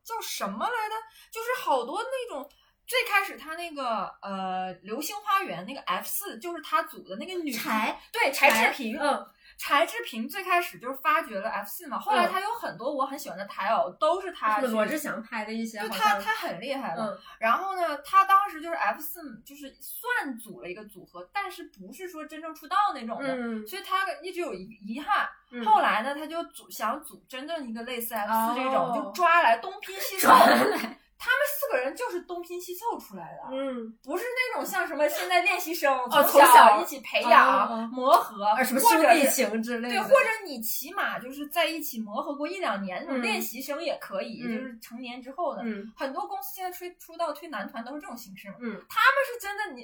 Speaker 4: 叫什么来着？就是好多那种最开始他那个呃《流星花园》那个 F 四，就是他组的那个女
Speaker 3: 柴
Speaker 4: 对柴智屏。
Speaker 3: 嗯，
Speaker 4: 柴智屏最开始就是发掘了 F 四嘛，后来他有很多我很喜欢的台偶都是他
Speaker 3: 什么
Speaker 4: 去
Speaker 3: 罗志祥拍的一些，
Speaker 4: 就
Speaker 3: 好
Speaker 4: 他
Speaker 3: 像
Speaker 4: 他很厉害了。
Speaker 3: 嗯
Speaker 4: 然后呢，他当时就是 F 四，就是算组了一个组合，但是不是说真正出道那种的，
Speaker 3: 嗯，
Speaker 4: 所以他一直有遗遗憾。
Speaker 3: 嗯
Speaker 4: 后来呢，他就组想组真正一个类似 F 四这种，
Speaker 3: 哦
Speaker 4: 就抓来东拼西凑。
Speaker 3: 抓来
Speaker 4: 他们四个人就是东拼西凑出来的，
Speaker 3: 嗯，哦
Speaker 4: 不是那种像什么现在练习生、
Speaker 3: 从小
Speaker 4: 小一起培养、
Speaker 3: 哦哦
Speaker 4: 磨合，
Speaker 3: 啊什么
Speaker 4: 或
Speaker 3: 兄
Speaker 4: 者
Speaker 3: 弟
Speaker 4: 是
Speaker 3: 情之类
Speaker 4: 对，
Speaker 3: 的，
Speaker 4: 或者你起码就是在一起磨合过一两年，那
Speaker 3: 嗯
Speaker 4: 种练习生也可以，
Speaker 3: 嗯
Speaker 4: 就是成年之后的。
Speaker 3: 嗯
Speaker 4: 很多公司现在推出道推男团都是这种形式嘛。
Speaker 3: 嗯，
Speaker 4: 他们是真的，你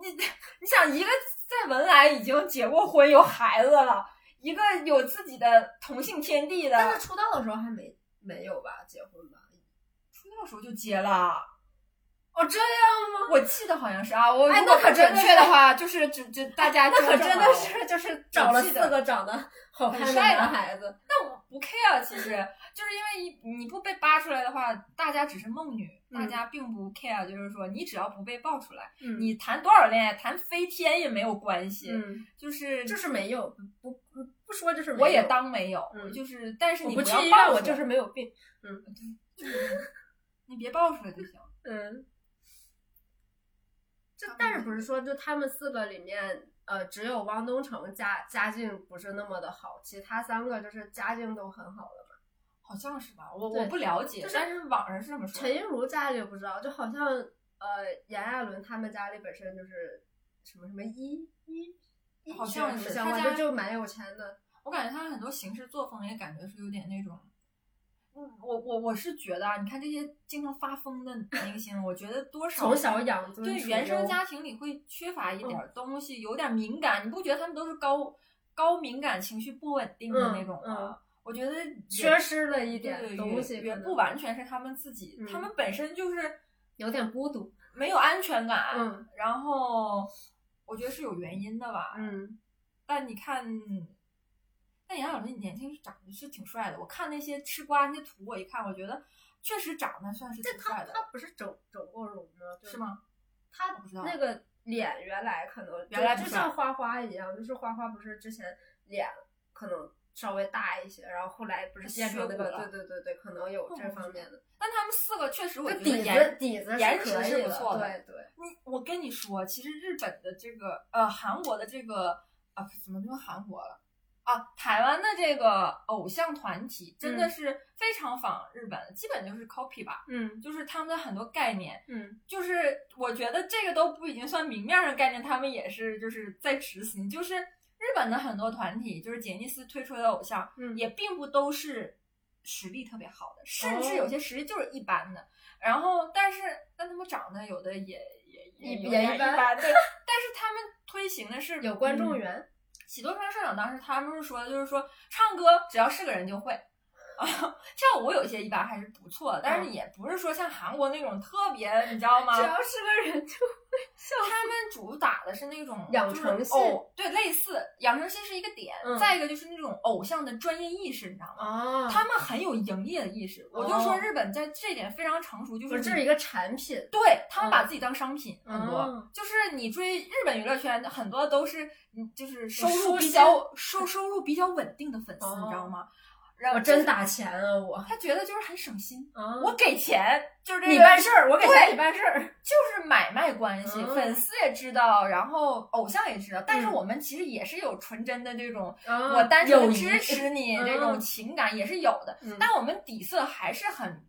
Speaker 4: 你你想一个在文莱已经结过婚有孩子了，一个有自己的同性天地
Speaker 3: 但
Speaker 4: 的，
Speaker 3: 是出道的时候还没没有吧，结婚吧？
Speaker 4: 出道时候就结了。
Speaker 3: 哦，这样吗？
Speaker 4: 我记得好像是啊，我
Speaker 3: 哎
Speaker 4: 如果
Speaker 3: 那可
Speaker 4: 不
Speaker 3: 真
Speaker 4: 准
Speaker 3: 的
Speaker 4: 确
Speaker 3: 是
Speaker 4: 的话，就是只只大家
Speaker 3: 那可
Speaker 4: 纠正哦
Speaker 3: 真的
Speaker 4: 我
Speaker 3: 是就是找了
Speaker 4: 记
Speaker 3: 四
Speaker 4: 得
Speaker 3: 个长得好看
Speaker 4: 很
Speaker 3: 的
Speaker 4: 帅的
Speaker 3: 男孩子，
Speaker 4: 但我不 care，其实就是因为你你不被扒出来的话，大家只是梦女，
Speaker 3: 嗯
Speaker 4: 大家并不 care，就是说你只要不被爆出来，
Speaker 3: 嗯
Speaker 4: 你谈多少恋爱，谈飞天也没有关系，
Speaker 3: 嗯，
Speaker 4: 就是
Speaker 3: 就是没有不不不说就是没有
Speaker 4: 我也当没有，
Speaker 3: 嗯
Speaker 4: 就是但是
Speaker 3: 我
Speaker 4: 你
Speaker 3: 不去
Speaker 4: 要
Speaker 3: 医
Speaker 4: 爆
Speaker 3: 院，
Speaker 4: 出来
Speaker 3: 我就是没有病，
Speaker 4: 你别爆出来就行。
Speaker 3: 嗯。这但是不是说就他们四个里面，呃，只有汪东城家家境不是那么的好，其他三个就是家境都很好的。
Speaker 4: 好像是吧，我
Speaker 3: 对
Speaker 4: 我不了解，
Speaker 3: 就是
Speaker 4: 但是网上是这么说
Speaker 3: 陈
Speaker 4: 的。
Speaker 3: 韵如家里不知道，就好像呃，炎亚纶他们家里本身就是什么什么医医医
Speaker 4: 好
Speaker 3: 学
Speaker 4: 像
Speaker 3: 什么
Speaker 4: 是
Speaker 3: 相
Speaker 4: 他
Speaker 3: 关，
Speaker 4: 家
Speaker 3: 就就蛮有钱的。
Speaker 4: 我感觉他很多行事作风也感觉是有点那种，嗯，我我我是觉得啊，你看这些经常发疯 的明星，我觉得多少
Speaker 3: 从小养尊
Speaker 4: 对
Speaker 3: 处
Speaker 4: 原生
Speaker 3: 优嗯
Speaker 4: 家庭里会缺乏一点儿东西，有点敏感。你不觉得他们都是高高敏感、情绪不稳定的那种吗？
Speaker 3: 嗯嗯
Speaker 4: 我觉得
Speaker 3: 缺失了一
Speaker 4: 一
Speaker 3: 点东西，
Speaker 4: 也
Speaker 3: 可能
Speaker 4: 不完全是他们自己，
Speaker 3: 嗯
Speaker 4: 他们本身就是
Speaker 3: 有点孤独。
Speaker 4: 没有安全感。
Speaker 3: 嗯
Speaker 4: 然后我觉得是有原因的吧。
Speaker 3: 嗯，
Speaker 4: 但你看，但杨老师年轻时长得是挺帅的。我看那些吃瓜那些图，我一看，我觉得确实长得算是挺帅
Speaker 3: 他
Speaker 4: 的，？
Speaker 3: 他不是整整过容吗？就是
Speaker 4: 吗？
Speaker 3: 他
Speaker 4: 我不知道
Speaker 3: 那个脸原来可能
Speaker 4: 原来
Speaker 3: 就
Speaker 4: 不啊
Speaker 3: 就
Speaker 4: 帅
Speaker 3: 像花花一样，就是花花不是之前脸可能稍微大一些，然后后来不是变成那个
Speaker 4: 削骨了哦
Speaker 3: 对对对对，可能有这方面的。
Speaker 4: 但他们四个确实，我
Speaker 3: 就
Speaker 4: 觉
Speaker 3: 底
Speaker 4: 得
Speaker 3: 子
Speaker 4: 颜
Speaker 3: 底子
Speaker 4: 颜值
Speaker 3: 可以
Speaker 4: 是不错的
Speaker 3: 对对，
Speaker 4: 你我跟你说，其实日本的这个呃，韩国的这个啊，怎么就韩国了啊？台湾的这个偶像团体真的
Speaker 3: 嗯
Speaker 4: 是非常仿日本，基本就是 copy 吧，
Speaker 3: 嗯
Speaker 4: 就是他们的很多概念，
Speaker 3: 嗯，
Speaker 4: 就是我觉得这个都不已经算明面上的概念，他们也是就是在执行，就是日本的很多团体，就是杰尼斯推出的偶像，
Speaker 3: 嗯
Speaker 4: 也并不都是实力特别好的，甚至
Speaker 3: 哦
Speaker 4: 有些实力就是一般的。然后，但是但他们长得有的也也也
Speaker 3: 也
Speaker 4: 有点
Speaker 3: 也一般
Speaker 4: 对。但是他们推行的是
Speaker 3: 有观众
Speaker 4: 嗯
Speaker 3: 缘，
Speaker 4: 喜多川社长当时他们是说的，就是说唱歌只要是个人就会。啊， 跳舞有些一般还是不错的，但是
Speaker 3: 嗯
Speaker 4: 也不是说像韩国那种特别，你知道吗？
Speaker 3: 只要是个 人就会笑。
Speaker 4: 他们主打的是那种
Speaker 3: 养
Speaker 4: 就是
Speaker 3: 成系
Speaker 4: 偶对，类似养成系是一个点，
Speaker 3: 嗯
Speaker 4: 再一个就是那种偶像的专业意识，你知道吗？
Speaker 3: 啊
Speaker 4: 他们很有营业意识，我就说日本在这点非常成熟，就
Speaker 3: 不
Speaker 4: 是
Speaker 3: 哦是这是一嗯
Speaker 4: 你
Speaker 3: 个产品，
Speaker 4: 对他们把自己当商品很多，
Speaker 3: 哦
Speaker 4: 就是你追日本娱乐圈很多都是嗯就是收入
Speaker 3: 舒
Speaker 4: 比
Speaker 3: 心
Speaker 4: 较收收入比较稳定的粉丝，
Speaker 3: 哦
Speaker 4: 你知道吗？然后
Speaker 3: 我真打钱啊我。
Speaker 4: 他觉得就是很省心，
Speaker 3: 啊
Speaker 4: 我给钱就是这个
Speaker 3: 你办事儿，我给
Speaker 4: 对
Speaker 3: 钱你办事儿。
Speaker 4: 就是买卖关系，
Speaker 3: 嗯
Speaker 4: 粉丝也知道，然后偶像也知道，但是
Speaker 3: 嗯
Speaker 4: 我们其实也是有纯真的这种，
Speaker 3: 啊
Speaker 4: 我单纯
Speaker 3: 友
Speaker 4: 的
Speaker 3: 谊
Speaker 4: 支持你
Speaker 3: 嗯
Speaker 4: 这种情感也是有的，
Speaker 3: 嗯
Speaker 4: 但我们底色还是很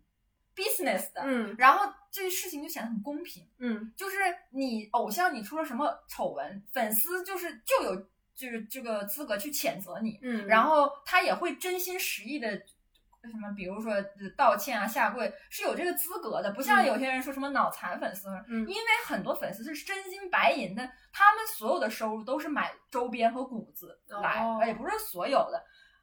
Speaker 4: business 的，
Speaker 3: 嗯
Speaker 4: 然后这个事情就显得很公平，
Speaker 3: 嗯
Speaker 4: 就是你偶像你出了什么丑闻，粉丝就是就有就是这个资格去谴责你，
Speaker 3: 嗯，
Speaker 4: 然后他也会真心实意的什么，比如说呃道歉啊、下跪，是有这个资格的，不像
Speaker 3: 嗯
Speaker 4: 有些人说什么脑残粉丝，
Speaker 3: 嗯
Speaker 4: 因为很多粉丝是真金白银的，他们所有的收入都是买周边和谷子来，
Speaker 3: 哦
Speaker 4: 呃也不是所有的。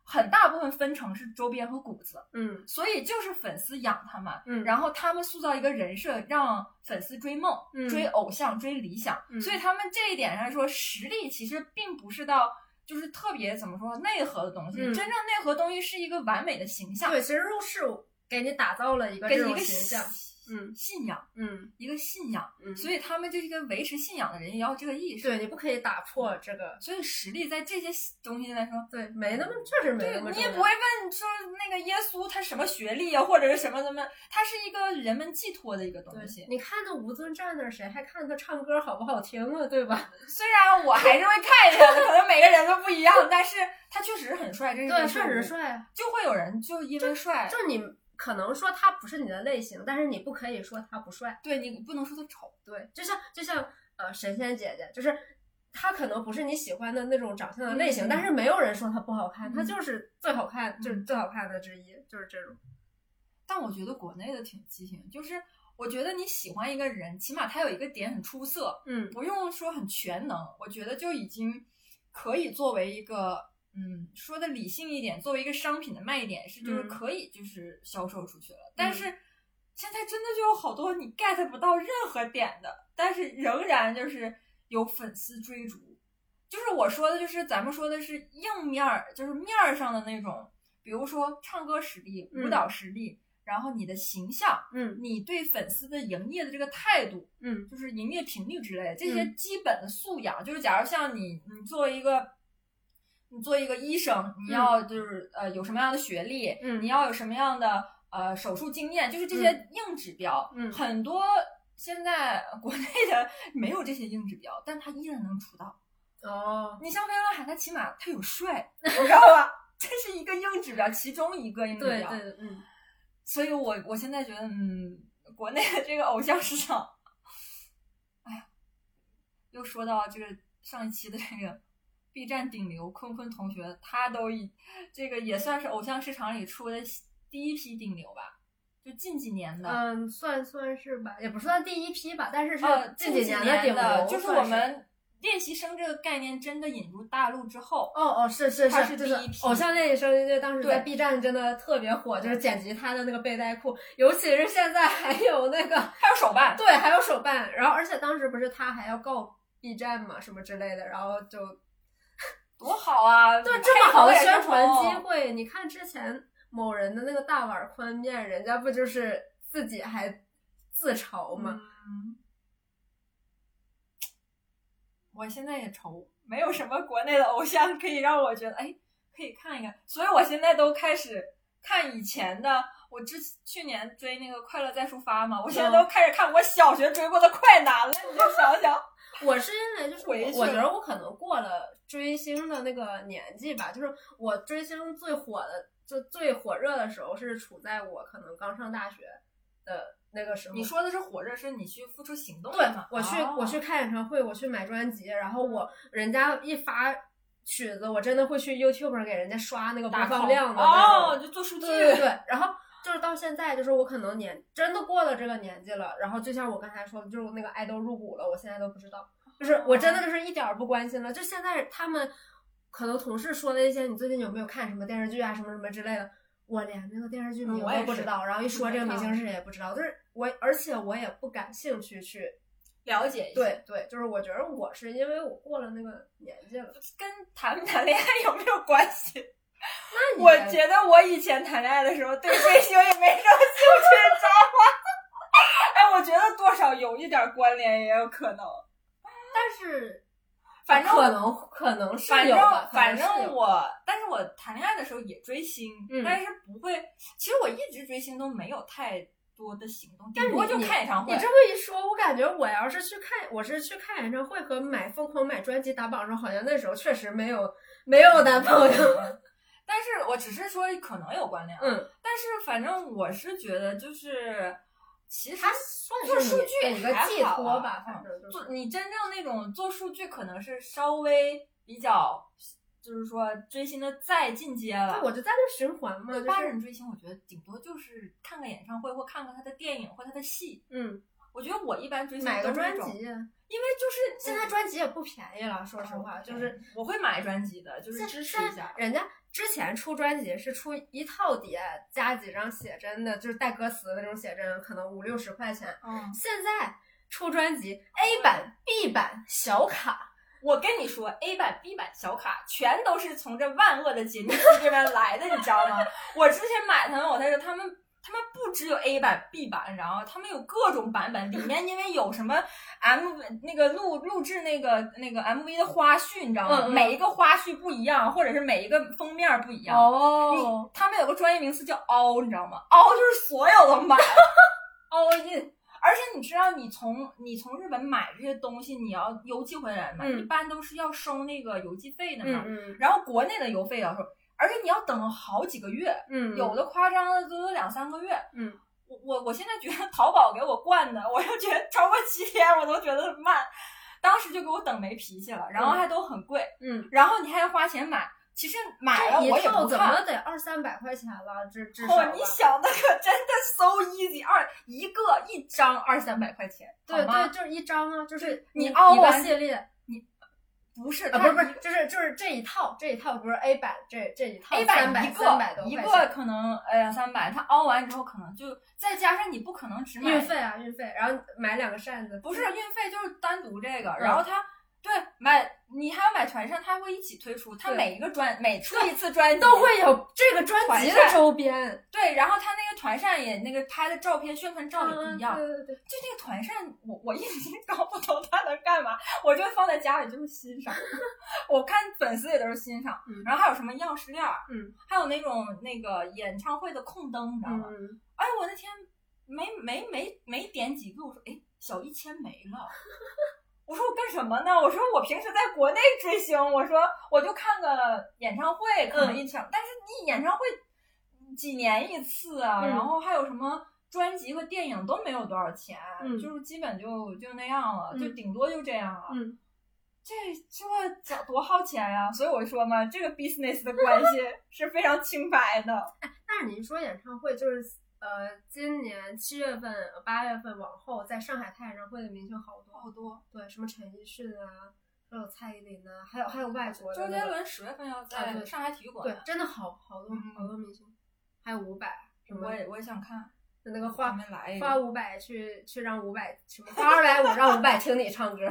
Speaker 4: 很大部分分成是周边和谷子，
Speaker 3: 嗯
Speaker 4: 所以就是粉丝养他们，
Speaker 3: 嗯，
Speaker 4: 然后他们塑造一个人设，让粉丝追梦、
Speaker 3: 嗯
Speaker 4: 追偶像、追理想。
Speaker 3: 嗯
Speaker 4: 所以他们这一点上说，实力其实并不是到就是特别怎么说内核的东西，
Speaker 3: 嗯
Speaker 4: 真正内核的东西是一个完美的形象，
Speaker 3: 对，其实入世给你打造了一个
Speaker 4: 给
Speaker 3: 这
Speaker 4: 一
Speaker 3: 种
Speaker 4: 个
Speaker 3: 形象，嗯
Speaker 4: 信仰，
Speaker 3: 嗯
Speaker 4: 一个信仰。
Speaker 3: 嗯，
Speaker 4: 所
Speaker 3: 以
Speaker 4: 以他们就是一个维持信仰的人，也要有这个意识。
Speaker 3: 对你不可以打破这个，
Speaker 4: 所以实力在这些东西来说，
Speaker 3: 对，没那么确实没
Speaker 4: 对
Speaker 3: 那么
Speaker 4: 你
Speaker 3: 重
Speaker 4: 也
Speaker 3: 要
Speaker 4: 不会问说那个耶稣他什么学历啊，或者是什么什么，他是一个人们寄托的一个东西
Speaker 3: 对，。你看那吴尊站那儿，谁还看他唱歌好不好听啊？对吧？
Speaker 4: 虽然我还是会看一下的，可能每个人都不一样，但是他确实很帅，这是
Speaker 3: 对，
Speaker 4: 真
Speaker 3: 确
Speaker 4: 事
Speaker 3: 实
Speaker 4: 儿，
Speaker 3: 帅啊。
Speaker 4: 就会有人就因为帅，
Speaker 3: 就你可能说他不是你的类型，但是你不可以说他不帅。
Speaker 4: 对你不能说他丑，
Speaker 3: 对，就像就像呃神仙姐姐，就是她可能不是你喜欢的那种长相的类型，
Speaker 4: 嗯
Speaker 3: 但是没有人说她不好看，
Speaker 4: 嗯
Speaker 3: 她就是最好看，就是
Speaker 4: 嗯
Speaker 3: 最好看的之一，就是这种。
Speaker 4: 但我觉得国内的挺畸形，就是我觉得你喜欢一个人，起码他有一个点很出色，
Speaker 3: 嗯
Speaker 4: 不用说很全能，我觉得就已经可以作为一个。嗯，说的理性一点，作为一个商品的卖点是，就是
Speaker 3: 嗯
Speaker 4: 可以就是销售出去了。但是现在真的就有好多你 get 不到任何点的，但是仍然就是有粉丝追逐。就是我说的，就是咱们说的是硬面儿，就是面儿上的那种，比如说唱歌实力、
Speaker 3: 嗯
Speaker 4: 舞蹈实力，然后你的形象，
Speaker 3: 嗯
Speaker 4: 你对粉丝的营业的这个态度，
Speaker 3: 嗯
Speaker 4: 就是营业频率之类的这些
Speaker 3: 嗯
Speaker 4: 基本的素养。就是假如像你，你作为一个，你作为一个医生，你要就是、呃有什么样的学历，
Speaker 3: 嗯
Speaker 4: 你要有什么样的呃手术经验，就是这些硬指标。
Speaker 3: 嗯
Speaker 4: 很多现在呃国内的没有这些硬指标，但他依然能出道。
Speaker 3: 哦，
Speaker 4: 你像飞轮海，他起码他有帅，你知道吧？这是一个硬指标，其中一个硬指
Speaker 3: 对
Speaker 4: 标。
Speaker 3: 对嗯，
Speaker 4: 所以我我现在觉得，嗯，国内的这个偶像市场，哎呀，哎又说到这个上一期的这个 B 站顶流坤坤同学，他都已这个也算是偶像市场里出的第一批顶流吧，就近几年的。
Speaker 3: 嗯，算算是吧，也不算第一批吧，但是是
Speaker 4: 呃，
Speaker 3: 近
Speaker 4: 几
Speaker 3: 年
Speaker 4: 的
Speaker 3: 顶流，
Speaker 4: 就是
Speaker 3: 算
Speaker 4: 我们练习生这个概念真的引入大陆之后，
Speaker 3: 哦哦，是是
Speaker 4: 他
Speaker 3: 是，
Speaker 4: 是
Speaker 3: 就
Speaker 4: 第
Speaker 3: 是
Speaker 4: 一批
Speaker 3: 偶像练习生，就当时在
Speaker 4: 对
Speaker 3: B 站真的特别火，就是剪辑他的那个背带裤，尤其是现在还有那个，
Speaker 4: 还有手办，
Speaker 3: 对，还有手办，然后而且当时不是他还要告 B 站嘛什么之类的，然后就
Speaker 4: 多好啊！
Speaker 3: 对这么好的
Speaker 4: 配合也
Speaker 3: 宣
Speaker 4: 是哦
Speaker 3: 传机
Speaker 4: 好
Speaker 3: 会，你看之前某人的那个大碗宽面，人家不就是自己还自嘲嘛，
Speaker 4: 嗯，我现在也愁，没有什么国内的偶像可以让我觉得哎，可以看一看，所以我现在都开始看以前的。我之去年追那个《快乐再出发》嘛，我现在
Speaker 3: 嗯
Speaker 4: 都开始看我小学追过的《快男》了，你就想想。
Speaker 3: 我是因为就是我
Speaker 4: 回去
Speaker 3: 我
Speaker 4: 了
Speaker 3: 觉得我可能过了追星的那个年纪吧，就是我追星最火的就最火热的时候是处在我可能刚上大学的那个时候。
Speaker 4: 你说的是火热，是你去付出行动
Speaker 3: 对
Speaker 4: 了吗？
Speaker 3: 我去、
Speaker 4: 哦
Speaker 3: 我去看演唱会，我去买专辑，然后
Speaker 4: 嗯
Speaker 3: 我人家一发曲子，我真的会去 YouTube 上给人家刷那个播
Speaker 4: 打 call
Speaker 3: 放量的那种
Speaker 4: 哦，就做数据，
Speaker 3: 对对对，然后就是到现在，就是我可能年真的过了这个年纪了，然后就像我刚才说的，就是我那个爱豆入股了，我现在都不知道，就是我真的就是一点儿不关心了。就现在他们可能同事说的一些，你最近有没有看什么电视剧啊，什么什么之类的。我连那个电视剧名
Speaker 4: 嗯我也
Speaker 3: 都不
Speaker 4: 是
Speaker 3: 知道，然后一说这个明
Speaker 4: 没看
Speaker 3: 星是谁也不知道，就是我，而且我也不感兴趣去。
Speaker 4: 了解一下。，
Speaker 3: 对对，就是我觉得我是因为我过了那个年纪了，
Speaker 4: 跟谈不谈恋爱有没有关系？
Speaker 3: 那你
Speaker 4: 我
Speaker 3: 呢
Speaker 4: 觉得我以前谈恋爱的时候，对追星也没什么 兴趣，你知道吗？啊哎，我觉得多少有一点关联，也有可能。
Speaker 3: 但是啊
Speaker 4: 反正
Speaker 3: 可能可能是
Speaker 4: 反
Speaker 3: 有
Speaker 4: 正
Speaker 3: 吧，可
Speaker 4: 反
Speaker 3: 能是
Speaker 4: 正
Speaker 3: 有
Speaker 4: 我，但是我谈恋爱的时候也追星，
Speaker 3: 嗯
Speaker 4: 但是不会。其实我一直追星都没有太多的行动，
Speaker 3: 但是
Speaker 4: 顶多
Speaker 3: 你
Speaker 4: 就
Speaker 3: 你
Speaker 4: 看演唱会
Speaker 3: 你。这么一说，我感觉我要是去看，我是去看演唱会和买疯狂买专辑打榜的时候，好像那时候确实没有没有男朋友。
Speaker 4: 但是我只是说可能有关联，啊
Speaker 3: 嗯，
Speaker 4: 但是反正我是觉得就是，其实
Speaker 3: 它算
Speaker 4: 做
Speaker 3: 是
Speaker 4: 数
Speaker 3: 你
Speaker 4: 据
Speaker 3: 的一个
Speaker 4: 还
Speaker 3: 寄
Speaker 4: 好
Speaker 3: 托
Speaker 4: 啊
Speaker 3: 吧，
Speaker 4: 嗯
Speaker 3: 反正就是
Speaker 4: 做你真正那种做数据，可能是稍微比较，就是说追星的再进阶
Speaker 3: 对
Speaker 4: 了。
Speaker 3: 我就在那循环嘛，
Speaker 4: 对
Speaker 3: 就
Speaker 4: 八
Speaker 3: 是
Speaker 4: 人追星，我觉得顶多就是看个演唱会，或看看他的电影或他的戏。
Speaker 3: 嗯，
Speaker 4: 我觉得我一般追星
Speaker 3: 买个
Speaker 4: 都是
Speaker 3: 专
Speaker 4: 那种
Speaker 3: 辑，
Speaker 4: 因为就是
Speaker 3: 现在专辑也不便宜了，说实话，就是
Speaker 4: 我会买专辑的，就是
Speaker 3: 现
Speaker 4: 支持一
Speaker 3: 在
Speaker 4: 下。
Speaker 3: 人家之前出专辑是出一套碟，加几张写真的，就是带歌词的那种写真，可能五六十块钱。
Speaker 4: 嗯，
Speaker 3: 现在出专辑 A 版、B 版、小卡，
Speaker 4: 我跟你说，A 版、B 版小卡全都是从这万恶的杰尼斯这边来的，你知道吗？我之前买他们，我在这他们。他们不只有 A 版、B 版，然后他们有各种版本，里面因为有什么 M 那个录录制那个那个 MV 的花絮，你知道吗？
Speaker 3: 嗯嗯
Speaker 4: 每一个花絮不一样，或者是每一个封面不一样。
Speaker 3: 哦
Speaker 4: 你，他们有个专业名词叫凹，你知道吗？凹就是所有 都买，all in。而且你知道，你从你从日本买这些东西，你要邮寄回来嘛，
Speaker 3: 嗯
Speaker 4: 一般都是要收那个邮寄费的嘛。
Speaker 3: 嗯
Speaker 4: 然后国内的邮费要收，而且你要等好几个月，
Speaker 3: 嗯
Speaker 4: 有的夸张的都有两三个月。
Speaker 3: 嗯，
Speaker 4: 我我我现在觉得淘宝给我惯的，我就觉得超过七天我都觉得慢，当时就给我等没脾气了，然后还都很贵，
Speaker 3: 嗯，
Speaker 4: 然后你还要花钱买。其实买了
Speaker 3: 这
Speaker 4: 我
Speaker 3: 一
Speaker 4: 也
Speaker 3: 套
Speaker 4: 不
Speaker 3: 怎
Speaker 4: 看，
Speaker 3: 么得二三百块钱了，至至少吧
Speaker 4: 哦，你想的可真的 so easy，二一个一张二三百块钱，
Speaker 3: 对
Speaker 4: 好吗
Speaker 3: 对，就是一张啊，就是
Speaker 4: 你
Speaker 3: 一
Speaker 4: 凹
Speaker 3: 一个
Speaker 4: 完
Speaker 3: 系列
Speaker 4: 不是，
Speaker 3: 啊，
Speaker 4: 它
Speaker 3: 不是不是，就是就是这一套，这一套不是 A 版，这这一套
Speaker 4: A
Speaker 3: 三
Speaker 4: 版
Speaker 3: 百
Speaker 4: 一
Speaker 3: 三百
Speaker 4: 个
Speaker 3: 多
Speaker 4: 一
Speaker 3: 块
Speaker 4: 个
Speaker 3: 钱，
Speaker 4: 可能呃两三百，它凹完之后可能就再加上你不可能只买
Speaker 3: 运，费啊运费，然后买两个扇子，
Speaker 4: 不是运费就是单独这
Speaker 3: 嗯
Speaker 4: 个，然后它。对，买你还要买团扇，它会一起推出，它
Speaker 3: 对
Speaker 4: 每一个专每出一次专辑
Speaker 3: 都会有这个专
Speaker 4: 团
Speaker 3: 辑的
Speaker 4: 扇
Speaker 3: 周边，
Speaker 4: 对，然后它那个团扇也那个拍的照片宣传照也不一样，
Speaker 3: 啊对对对，
Speaker 4: 就那个团扇，我我一直搞不懂它能干嘛，我就放在家里就是欣赏。 我看粉丝也都是欣赏，
Speaker 3: 嗯
Speaker 4: 然后还有什么钥匙链儿，
Speaker 3: 嗯，
Speaker 4: 还有那种那个演唱会的控灯，你知道吗？
Speaker 3: 嗯，
Speaker 4: 哎，我那天没没没没点几个，我说哎，小一千没了。 我说我干什么呢？我说我平时在国内追星，我说我就看个演唱会，可
Speaker 3: 嗯
Speaker 4: 能一场，但是你演唱会几年一次啊，
Speaker 3: 嗯
Speaker 4: 然后还有什么专辑和电影都没有多少钱，
Speaker 3: 嗯
Speaker 4: 就是基本就就那样了，
Speaker 3: 嗯
Speaker 4: 就顶多就这样了。
Speaker 3: 嗯
Speaker 4: 这这这多耗钱呀、所以我说嘛，这个 business 的关系 是非常清白的。
Speaker 3: 但是你说演唱会就是。呃，今年七月份、呃八月份往后，在上海开演唱会的明星好多好多，对，什么陈奕迅啊，还有蔡依林啊，还有还有外国的
Speaker 4: 周
Speaker 3: 那
Speaker 4: 杰
Speaker 3: 个
Speaker 4: 伦十月份要
Speaker 3: 啊
Speaker 4: 在
Speaker 3: 对
Speaker 4: 上海体育馆，
Speaker 3: 对，真的好好多
Speaker 4: 嗯
Speaker 3: 好多明星，还有伍佰什么
Speaker 4: 我也我也想看，
Speaker 3: 那个
Speaker 4: 他
Speaker 3: 花
Speaker 4: 们来一
Speaker 3: 花
Speaker 4: 个。
Speaker 3: 五百去去让五百什么花二百五让五百听你唱歌，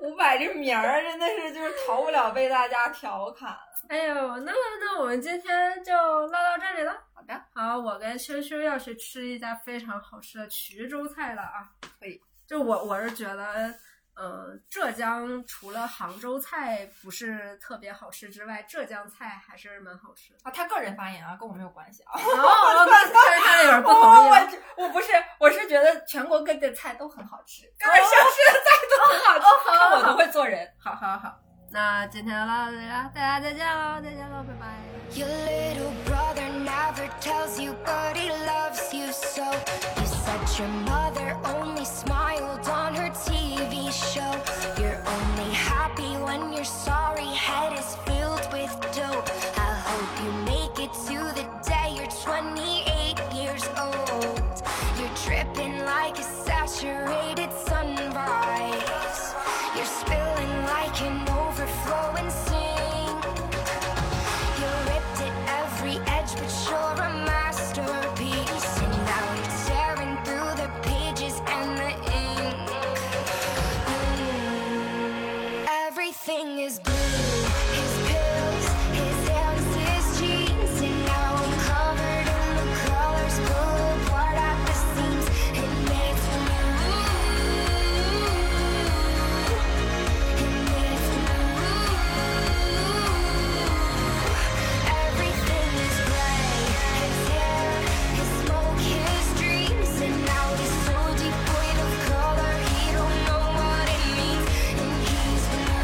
Speaker 4: 伍佰这名儿真的是就是逃不了被大家调侃。
Speaker 3: 哎呦，那那我们今天就唠到这里了。
Speaker 4: 好的，
Speaker 3: 好，我跟羞羞要去吃一家非常好吃的衢州菜了啊。
Speaker 4: 可以。。
Speaker 3: 就我我是觉得，呃，浙江除了杭州菜不是特别好吃之外，浙江菜还是蛮好吃的
Speaker 4: 啊，他个人发言啊，跟我没有关系 啊。
Speaker 3: 哦，那那他有点不同意了。
Speaker 4: 哦，我我不是，我是觉得全国各地的菜都很好吃，各
Speaker 3: 哦
Speaker 4: 个城市的菜都哦很好吃，看
Speaker 3: 好
Speaker 4: 我都会做人。
Speaker 3: 好好好，那今天就唠到这里啦，大家再见喽，再见喽，拜拜。
Speaker 7: Your little brother never tells you, but he loves you so. You said your mother only smiled on her TV show. You're only happy when your sorry head is filled with dope. I hope you make it to the day you're 28 years old. You're dripping like a saturated sunrise. You're spilling like an overflowing sink. You ripped at every edge, but you're a masterpiece. And now you're tearing through the pages and the ink. Mm. Everything is blue. His pills, his hands, his jeans, and now I'm covered in the colors, pull apart at the seams. It makes me blue. It makes me blue. Everything is gray. His hair, his smoke, his dreams, and now he's so devoid of color. He don't know what it means, and he's blue.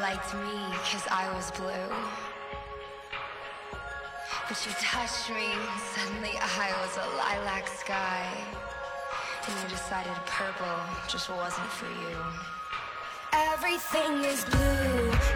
Speaker 7: liked me because I was blue. But you touched me, and suddenly I was a lilac sky. And you decided purple just wasn't for you. Everything is blue.